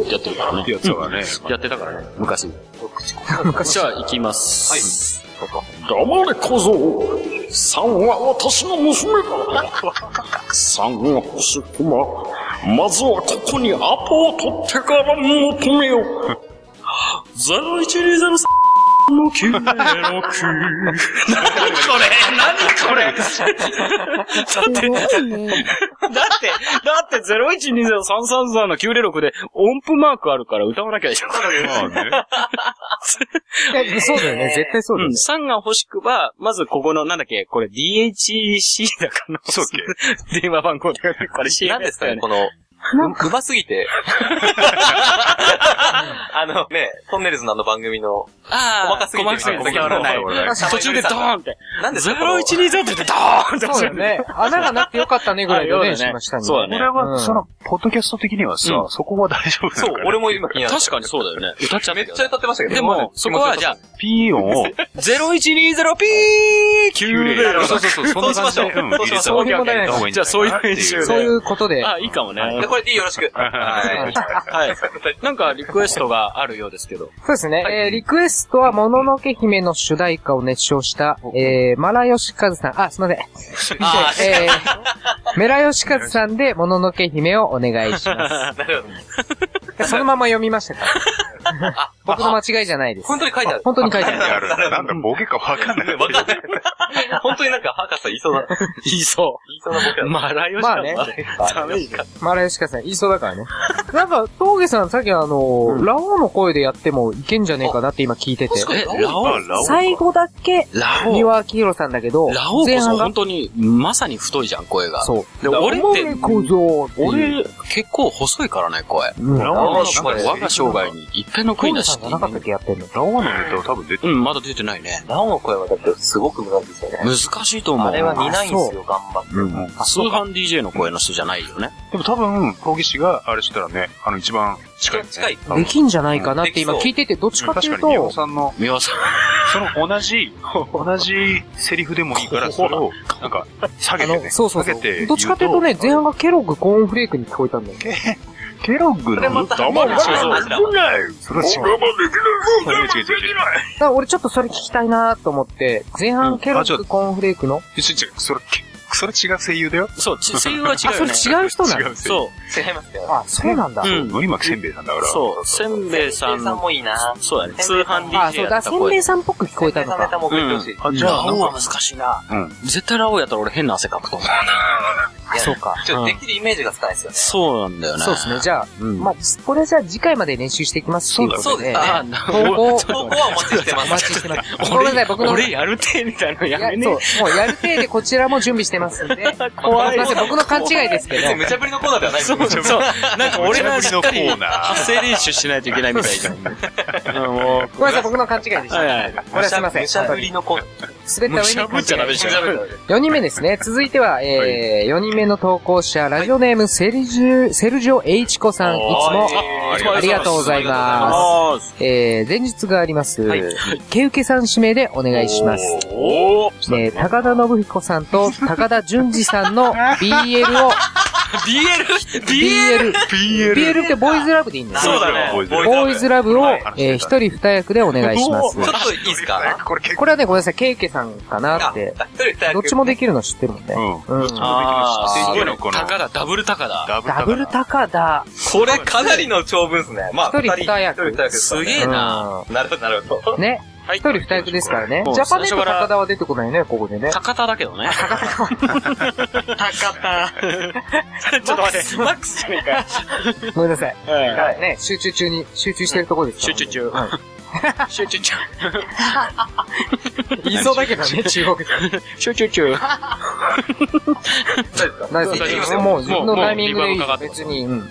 おやってるからっねて。やつはね、やってたからね、昔。昔じゃあ、行きます。黙れ小僧三は私の娘だ三は星熊まずはここにアポを取ってから求めよう0120の9の9これ、だって、すごいね。だって、だって0120-333の906で音符マークあるから歌わなきゃいけない。まあね、えそうだよね。絶対そうだうよん、ね。 3が欲しくば、まずここの、なんだっけ、これ DHC だからそうっけの、電話番号だよね。これ CM 何ですかね、この、うますぎて。あのね、トンネルズのあの番組の、ああ、細かす細かすぎてぎて伝わらない。途中でドーンって。何ですかこの0120って言ってドーンって押そうすだよよ。ね。穴がなくてよかったねぐらいのあようね、だしねましたね。そうだこねれうんは、その、ポッドキャスト的にはさう、そこは大丈夫なそのうか、な俺も今気になった確かにそうだよね。歌っちゃっめたっけちゃど。歌ってましたけど。でも、そこはじゃあ、ピー音を、 0120P90。そうそうそう、そんそな感うしましょう。うんそうしましょそういう問題ない。方がいいんじゃあそういう練じゃ習そういで。うことで。あ、いいかもね。う。で、これでよろしく。はい。はい。なんかリクエストがあるようですけど。そうですね。えー、リクエストは、もののけ姫の主題歌を熱唱した、えー、マラヨシカズさん。あ、すいません。あえー、メラヨシカズさんで、もののけ姫をお願いしまなるほど。す。そのまま読みましたから。僕の間違いじゃないです。本当に書いてある。本当に書いてあある。るなんだ、ボケかわかんない。わかんない。本当になんか、ハーカスさん言いそうな、言いそいそうな僕う。まあ、ライオンま あね、ダメじゃん。マラヨシカズさん言いそうだからね。 なんか、峠さんさっきあのー、ラオウの声でやってもいけんじゃねえかなって今聞いてて。え、ラオあウラオ最後だけ、ラオ三ウ輪明宏さんだけど、ラオウ前こそ半が本、当に、まさに太いじゃん、声が。そう。で、俺って、小僧っていう、俺、結構細いからね、声。うん、ラオウオのの声我が生涯に一辺の悔いなさしんじゃなかったっけやってんの。ラオのネタは多分出てうん、まだ出てないね。ラオの声はだってすごく難しいですよね。難しいと思う。あれは似ないんですよ、頑張って。る。うん通販 DJ の声の人じゃないよね。でも多分、陶芸師があれしたらね、あの一番近いよね。近い多分できんじゃないかなって今できそう聞いてて、どっちかって確いかうに、ミオと、さんの、美輪さん。その同じ、同じセリフでもいいから、それを、なんか、下げあてのね。、そうそうそ下げてう。どっちかっていうとね、前半がケロッグコーンフレークに聞こえたんだよね。ケロッグの、また黙れ、そうそう危ないそれは違う。我慢できない違う違う違う違うだから俺ちょっとそれ聞きたいなと思って、前半ケロあちょッっグとコーンフレークの、違うそれ、それ違う声優だよ。そう、ち声優は違あ、うそよね。れ違う人な違のう声優。そ違いますよ。あ、そうなんだう。。う。うんのり巻きせんべいさんだから。そう、せんべいさんさんの、もいいなそうだね、通せんべいさん販あ、そ DJ うやだ、ったせんべ声い。さんっぽく聞こえたの冷めか。たもん送ってほしい。あ、じゃラあ、オウは難しいな。うん絶対ラオウやったら俺変な汗かくと思う。いやそうか。ちょっとできるイメージがつかないですよね。そうなんだよね。そうですね。。じゃあ、うん。まあ、これじゃあ次回まで練習していきますっていうことで。あ、投稿、投稿はお待ちしてまお待ちす。してます。ごめんなさい、僕の。俺やるてみたいなのやめいねやそう、もうやる程度こちらも準備してますんで。怖いすません、僕の勘違いですけ別どに。無茶ぶりのコーナーではないんですそようそう。なんか俺がしっかり無茶ぶりのコーナー発声練習しないといけ ないみたいじゃん。うんもうごめんなさい、僕の勘違いでし はいた。はい。これはすいません。無茶ぶりのコーナー。滑むった上しにゃぶっちゃダメじゃん。 4人目ですね。続いては、えー、4人目の投稿者、ラジオネーム、セルジュ、セルジオ・エイチコさん、いつも、ありがとうございまあーす。えー、前日があります。受けさん指名でお願いします。おーえー、高田信彦さんと高田純次さんの BL を、BL?BL?BL BL。ってボーイズラブでいいんだそうだねボイズボラブーイズラブを、はいえー、一人二役でお願いします。ちょっといいですかこれ結これはね、ごめんなさい、ケイケさんかなあって。一人二役どっちもできるの知ってるもんね。構、うん。あーすすごごいいねね。この高だ、ダブル高だ。ダブルダブルタ高田。これかなりの長文ですね。まあ、一人二二役一人二役ですからね。すげえななるほど、なるほど。ね。一人二役ですからね。もうジャパネッ最ト初から高田は出てこないね、ここでね。高田だけどね。高田。 ちょっと待って、マックスごめんなさい。 じゃないはい。ね、集中中に、集中してるとこですから。集中中は集中中。 い。いそうだけどね、中国人。集中中。ナイ大丈夫でスすよもう自分のタイミングでいいもうリバウンドかか。ってます別に、うん。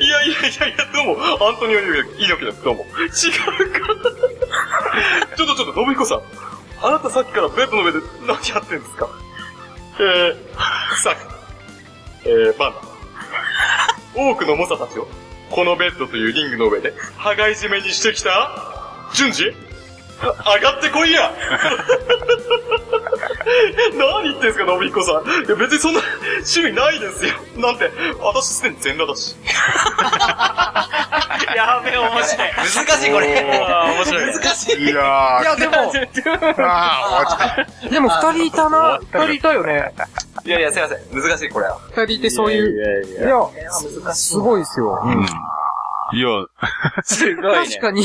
いやいやいやいや、どうも、アントニオ猪木です、どうも。違うか。ちょっとちょっと、信彦さん。あなたさっきからベッドの上で何やってんですかえー、さえー、バナ。多くの猛者たちを、このベッドというリングの上で、羽がいじめにしてきた、順次、上がってこいや何言ってんすか、信彦さん。いや、別にそんな趣味ないですよ。なんて、私すでに全裸だし。やべえ、面白い。難しい、これ。面白い。難しい。いやー、いや、でも、あー終わっちゃった。でも二人いたな。二人いたよね。いやいや、すいません。難しい、これは。二人いてそういう。いや、すごいですよ。いや、すごい確ね。かに。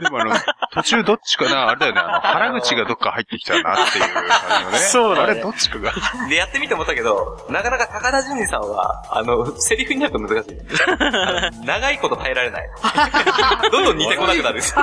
でもあの、途中どっちかな、あれだよね、あの、腹口がどっか入ってきたなっていう感じのね。そうだね。あれどっちかが。で、やってみて思ったけど、なかなか高田純次さんは、あの、セリフになると難しい。あの長いこと耐えられない。 どんどん似てこなくなる。 そ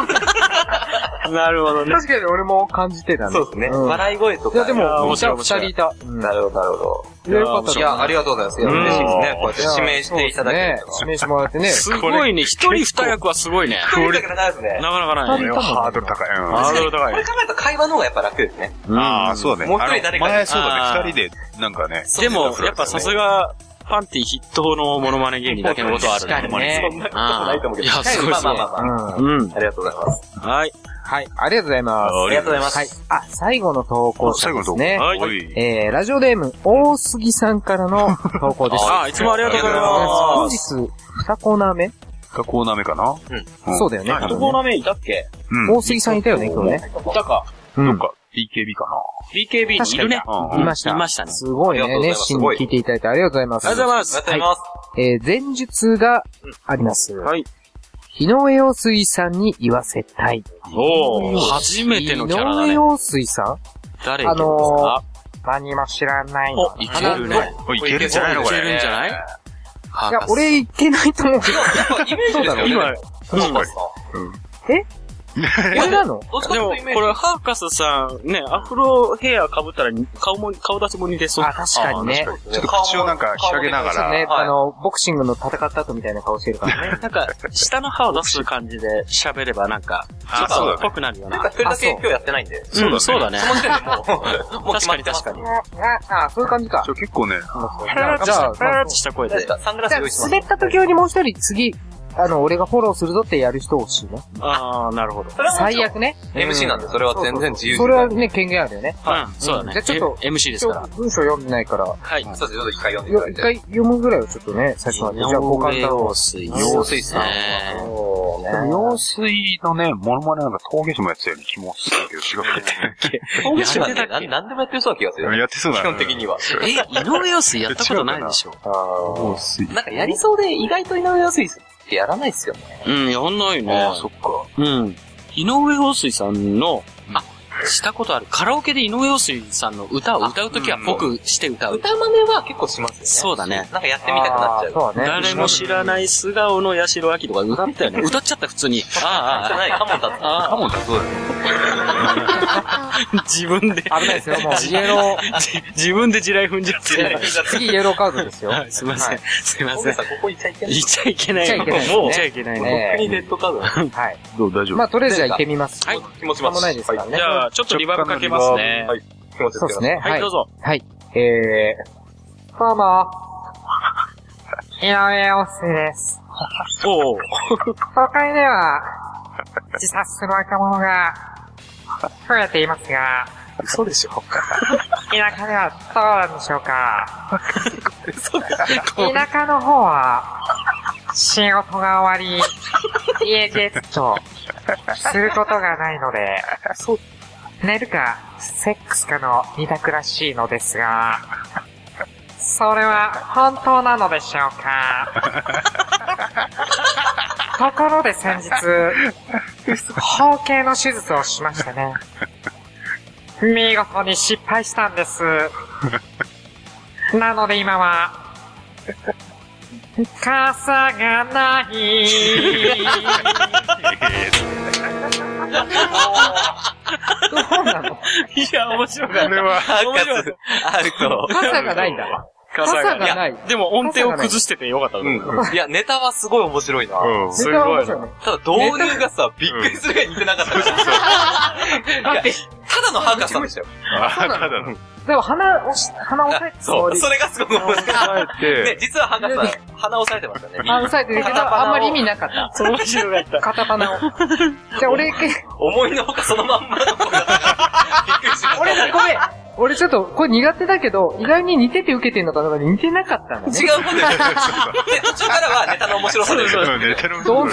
なるほどね。確かに俺も感じてたね。うですね。ん笑い声とか。いや、でも、面じゃ白あい二人いた。うんなるほど、なるほいやよかったでど。すいや、ありがとうございます。いや、嬉しいですね。こうやっていや指名していただけるそうですね指名してもらってね。すごいね。一人二役はすごいね。と。これだけ長いですね。なかなかないこね。れはハードル高い。うんハードルこ高れい。考えると会話の方がやっぱ楽ですね。ああ、そうだね。もう一人誰かあの前そうあーだね、二人で、なんかね。でも、やっぱさすが、パンティ筆頭のモノマネ芸人だけのことはある確かにねそんなことないと思うけど。いやすごいまあすごまいあまあまあ。うん。うん。ありがとうございます。はい。はい、ありがとうございます。ありがとうございます。はい。あ、最後の投稿者最で後のすとこ。ね。はいおいえー、ラジオネーム、大杉さんから の投稿です。あー、いつもありがとうござい本ます。日、二コーナー目学校なめかなうんそうだよね、ど多分こね。のメいたっけうん。大杉さんいたよね、今日ね。いたか。うん。 BKB か BKB にいるね。な。いました。いましたねすごありいがとね。うございま熱す心に聞いていただいてありがとうございます。ありがとうございます。ありがとうございます。えー、前述があります。はい。井上陽水さんに言わせたい。おー、初めてのキャラだ井上ね。陽水さん誰あのー、何も知らないの。いけるね。おい、いけるんじゃないのこいけれ。るんじゃないいや、俺いけないと思うけど。イメージですよね。今、確かに俺なのでも、これ、ハーカスさん、ね、アフロヘア被ったら、顔も、顔立ちも似てそう。あ、確かにね。ちょっと口をなんか開けながそうね、ら、はいあの、ボクシングの戦った後みたいな顔して るからね。なんか、下の歯を出す感じで喋ればなんか、ちょあっそうとだねっぽくなるよなんかな。一人だけ今日やってないんで。そうだね。そうだね。その時点でもう、もう確決かまにります確かに。あ、あ、そういう感じかち。ょ結構ね、ペラじゃあ、ペラッとした声で。サングラスじゃ用意しまあす。滑った時よりもう一人次、あの、俺がフォローするぞってやる人欲しいね。ああ、なるほど。うん、最悪ね。 MC なんで、それは全然自由それはね、権限あるよね。そうだね。じゃあちょっと M- MC です今から。日文章読んでないから、はい。そうです、ちょっと一回読んでいたよだい一て。回読むぐらいをちょっとね、最初まで。じゃあ、五感だろ水。用水さん。う。でも用水のね、モノマネなんか峠師もやってたような気もするけど、違うかいやなんでなんなんでもやってるそうな気がすね。る。やってそうだ基ね本的には。え、井上陽水やったことないでしょ用水。なんかやりそうで、意外と井上安いってやらないっすよね。うん、やんないね。ああ、そっか。うん。井上陽水さんの、あ、したことある。カラオケで井上陽水さんの歌を歌うときは僕して歌う。歌真似は結構しますよね。そうだね。なんかやってみたくなっちゃう。そうだね。誰も知らない素顔の八代亜紀とか歌ったよね。歌っちゃった、普通に。ああああ、ない、カモンだああカモンだ、そうだよ。自分で、危ないですよ、もう。イエロー。じ自分で地雷踏んじゃってる。次、イエローカードですよ。はいすいません。はすいま小せ宮ん。さん、ここ行っちゃいけない。言っちゃいけない。言っちゃいけないですねもう言っちゃいけないね。ね国レッドカードだ。はい。どう大丈夫まあ、とりあえずじゃあ行ってみます。はい。気持ちしかまもす。ないですからじね。ゃあ、ちょっとリバーブかけますね。はい。気持ちつけますそうです。ね。はい、はいどう。ぞ。はい。えー、どうも。井上陽水です。おお。都会では、自殺する若者が、増えていますが、そうでしょ。田舎ではどうなんでしょうか。こう田舎の方は、仕事が終わり、家出っと、することがないので、寝るか、セックスかの二択らしいのですが、それは本当なのでしょうかところで先日、包茎の手術をしましたね。見事に失敗したんです。なので今は、傘がない。どうなのいや、面白かった。これは、面白かった。あると。傘がないんだわ。傘がないやでも音程を崩しててよかったと思うよ。いや、ネタはすごい面白いな。うん。すごそれいなは面白いね。ただ導入がさ、びっくりするぐらい似てなかった。だって、ただの博士さんでしたよ。あただの。でも鼻をし、鼻を押さえてつそもう。りそれがすごく面白い。あえね、実は博士さん、鼻押されてましたね。あ、押さえてるけど、あんまり意味なかった。面白かった。片鼻を。じゃ あ俺、思いのほかそのまんまの声だったからびっくりしました。俺、ごめん。俺ちょっと、これ苦手だけど、意外に似てて受けてんのかな似てなかった んだね。違うもんだよ。で、途中からはネタの面白さで、て、ネタのどん、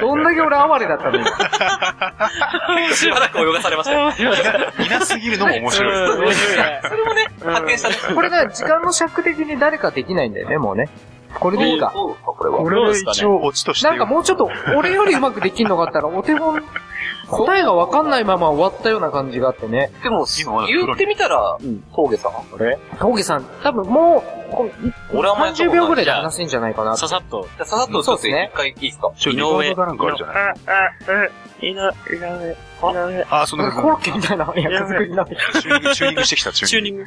どんだけ俺哀れだったのよ。しばらく泳がされましたよ。いなすぎるのも面白い。面白いね。それもね、発見したね。これが時間の尺的に誰かできないんだよね、もうね。これでいいか。これは。俺は一応、オチとして。なんかもうちょっと、俺よりうまくできんのがあったら、お手本、答えがわかんないまま終わったような感じがあってね。でも今まだ、言ってみたら、峠さん峠さん、多分もう、こう俺はあんまやったこと30ない秒ぐらいで話せんじゃないかな。ささっと。じゃあささっとちょっと一回いいですかちょ、リバウンドかなんかあるじゃないあ、あ、そんコなロ感ッケみたいな役作りになってきた。じ。チューニング、チューニングしてきた、チューニング。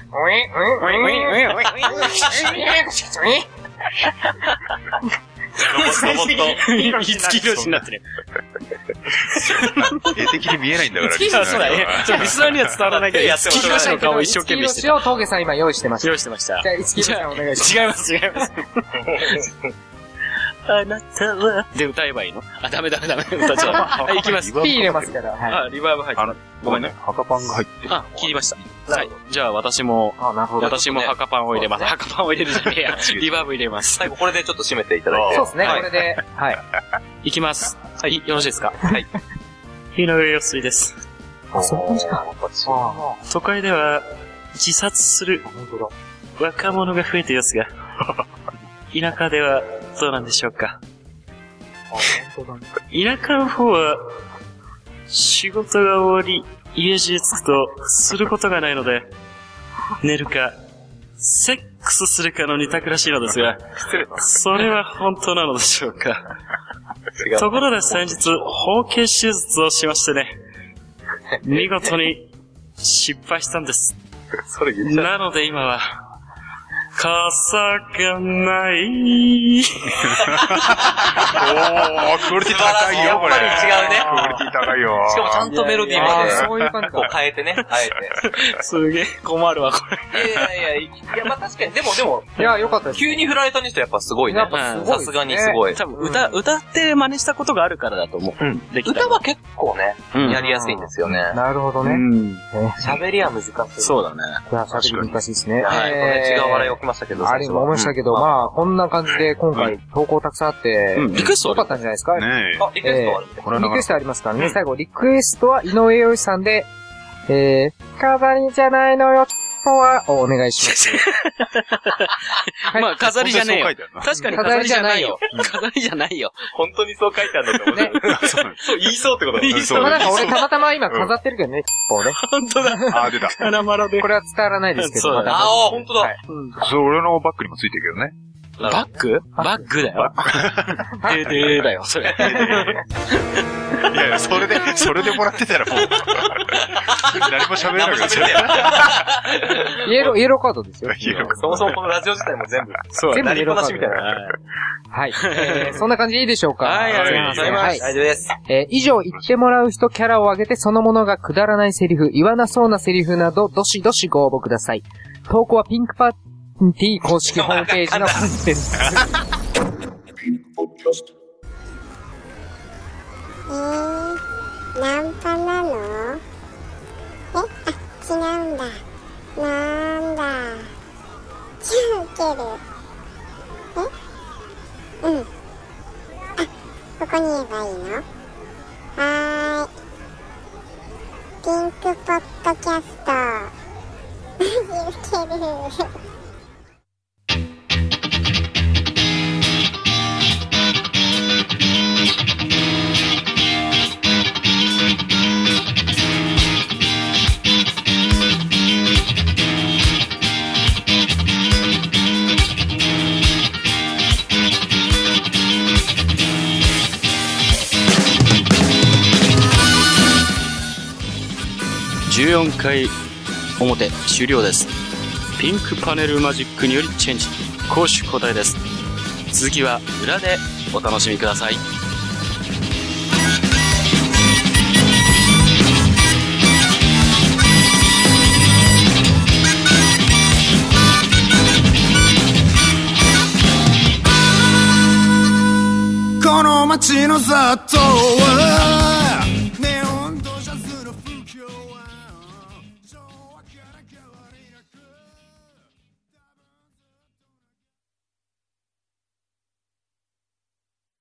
ロボ ット、五木ひろしになって る。絵的に見 えないんだから、五木ひろしそうだ ね。ちょっとリスナーには伝わらないけど、五木ひろしの顔を一生懸命して一木ひろしを峠さん今用意してまた。した。用意してましたじ。ゃあ、一木ひろしさんお願いします。違います、違います。 あなたは。で、歌えばいいのあ、ダメダメダメ。歌っちゃダ メ。はい、行きます。ピー入れますから。はい。あ、リバーブ入ってる。ごめんね、赤パンが入ってあ、切りました。はい。じゃあ、私も、あ、なるほど。私も墓パンを入れます。墓パンを入れるじゃね えや。リバーブ入れます。最後これでちょっと締めていただいて。そうですね、はいこれで。はい。いきます。はい、よろしいですかはい。井上陽水です。あ、そういう感じか。都会では自殺する若者が増えていますが、田舎ではどうなんでしょうか。田舎の方は仕事が終わり、家路へ着くとすることがないので、寝るか、セックスするかの二択らしいのですが、それは本当なのでしょうか。ところで先日、包茎手術をしましてね、見事に失敗したんです。それ言っちゃなので今は、傘がない。た。おー、クオリティ高いよ、これ。クオリティ高いよ。しかもちゃんとメロディーあまーで、そういう感じこか。う変えてね、あえて。すげえ困るわ、これ。いやいやいや、いや、まあ確かに、でもでも、いや、よかったです。急に振られたにしてはやっぱすごいねやっ。ぱすごいですねさすがにすごい。多分歌、歌って真似したことがあるからだと思う。うん。できた。歌は結構ね、うんやりやすいんですよね。なるほどうね。ん。喋りは難しい。そうだね。いや、喋り難しいですね。はい。これ違う笑い起きましたけど、あれ、思いましたけど、まあ、こんな感じで今回投稿たくさんあって、うん。リクエストよあるかったんじゃないですか。ねえ。あ、リクエストはあるんで。これはリなクエかなスかトありますからね。最後、リクエストは井上陽一さんで、えー、飾りじゃないのよ、とは、お願いします。はいまあ、飾りじゃねえ書よい。てある確かに飾りじゃないよ。飾りじゃないよ。本当にそう書いてあるんだと思う。ね。そう、言いそうってことだいいそうまあなんか俺たまたま今飾ってるけどね、こうね。本当 だ。な。あ、出た。花丸でこ。れは伝わらないですけそうど、だまねたああ、ほんとだ。それ俺のバッグにもついてるけどね。バッグバッグだよ。 ででーだよ、それ。いやいや、それで、それでもらってたらもう、 何も喋れなくなっちゃイエロー、イエローカードですよ。う。いやそもそもこのラジオ自体も全部。そう全部イエ何ローカ話ーみドたいで。な。はい。えーそんな感じでいいでしょうかはいありがとうございますはい大丈夫です。えー以上言ってもらう人キャラを上げてそのものがくだらないセリフ、言わなそうなセリフなど、どしどしご応募ください。投稿はピンクパーティー公式ホームページのコンテンツ。 Repeating the podcast. えー、ナンパなのえ、あ、違うんだ。なんだ。じゃあ受ける。えうん。あ、ここに言えばいいのはーい。ピンクポッドキャスト。 マジ受ける。 14回表終了ですピンクパネルマジックによりチェンジ攻守交代です続きは裏でお楽しみくださいこの街の雑踏は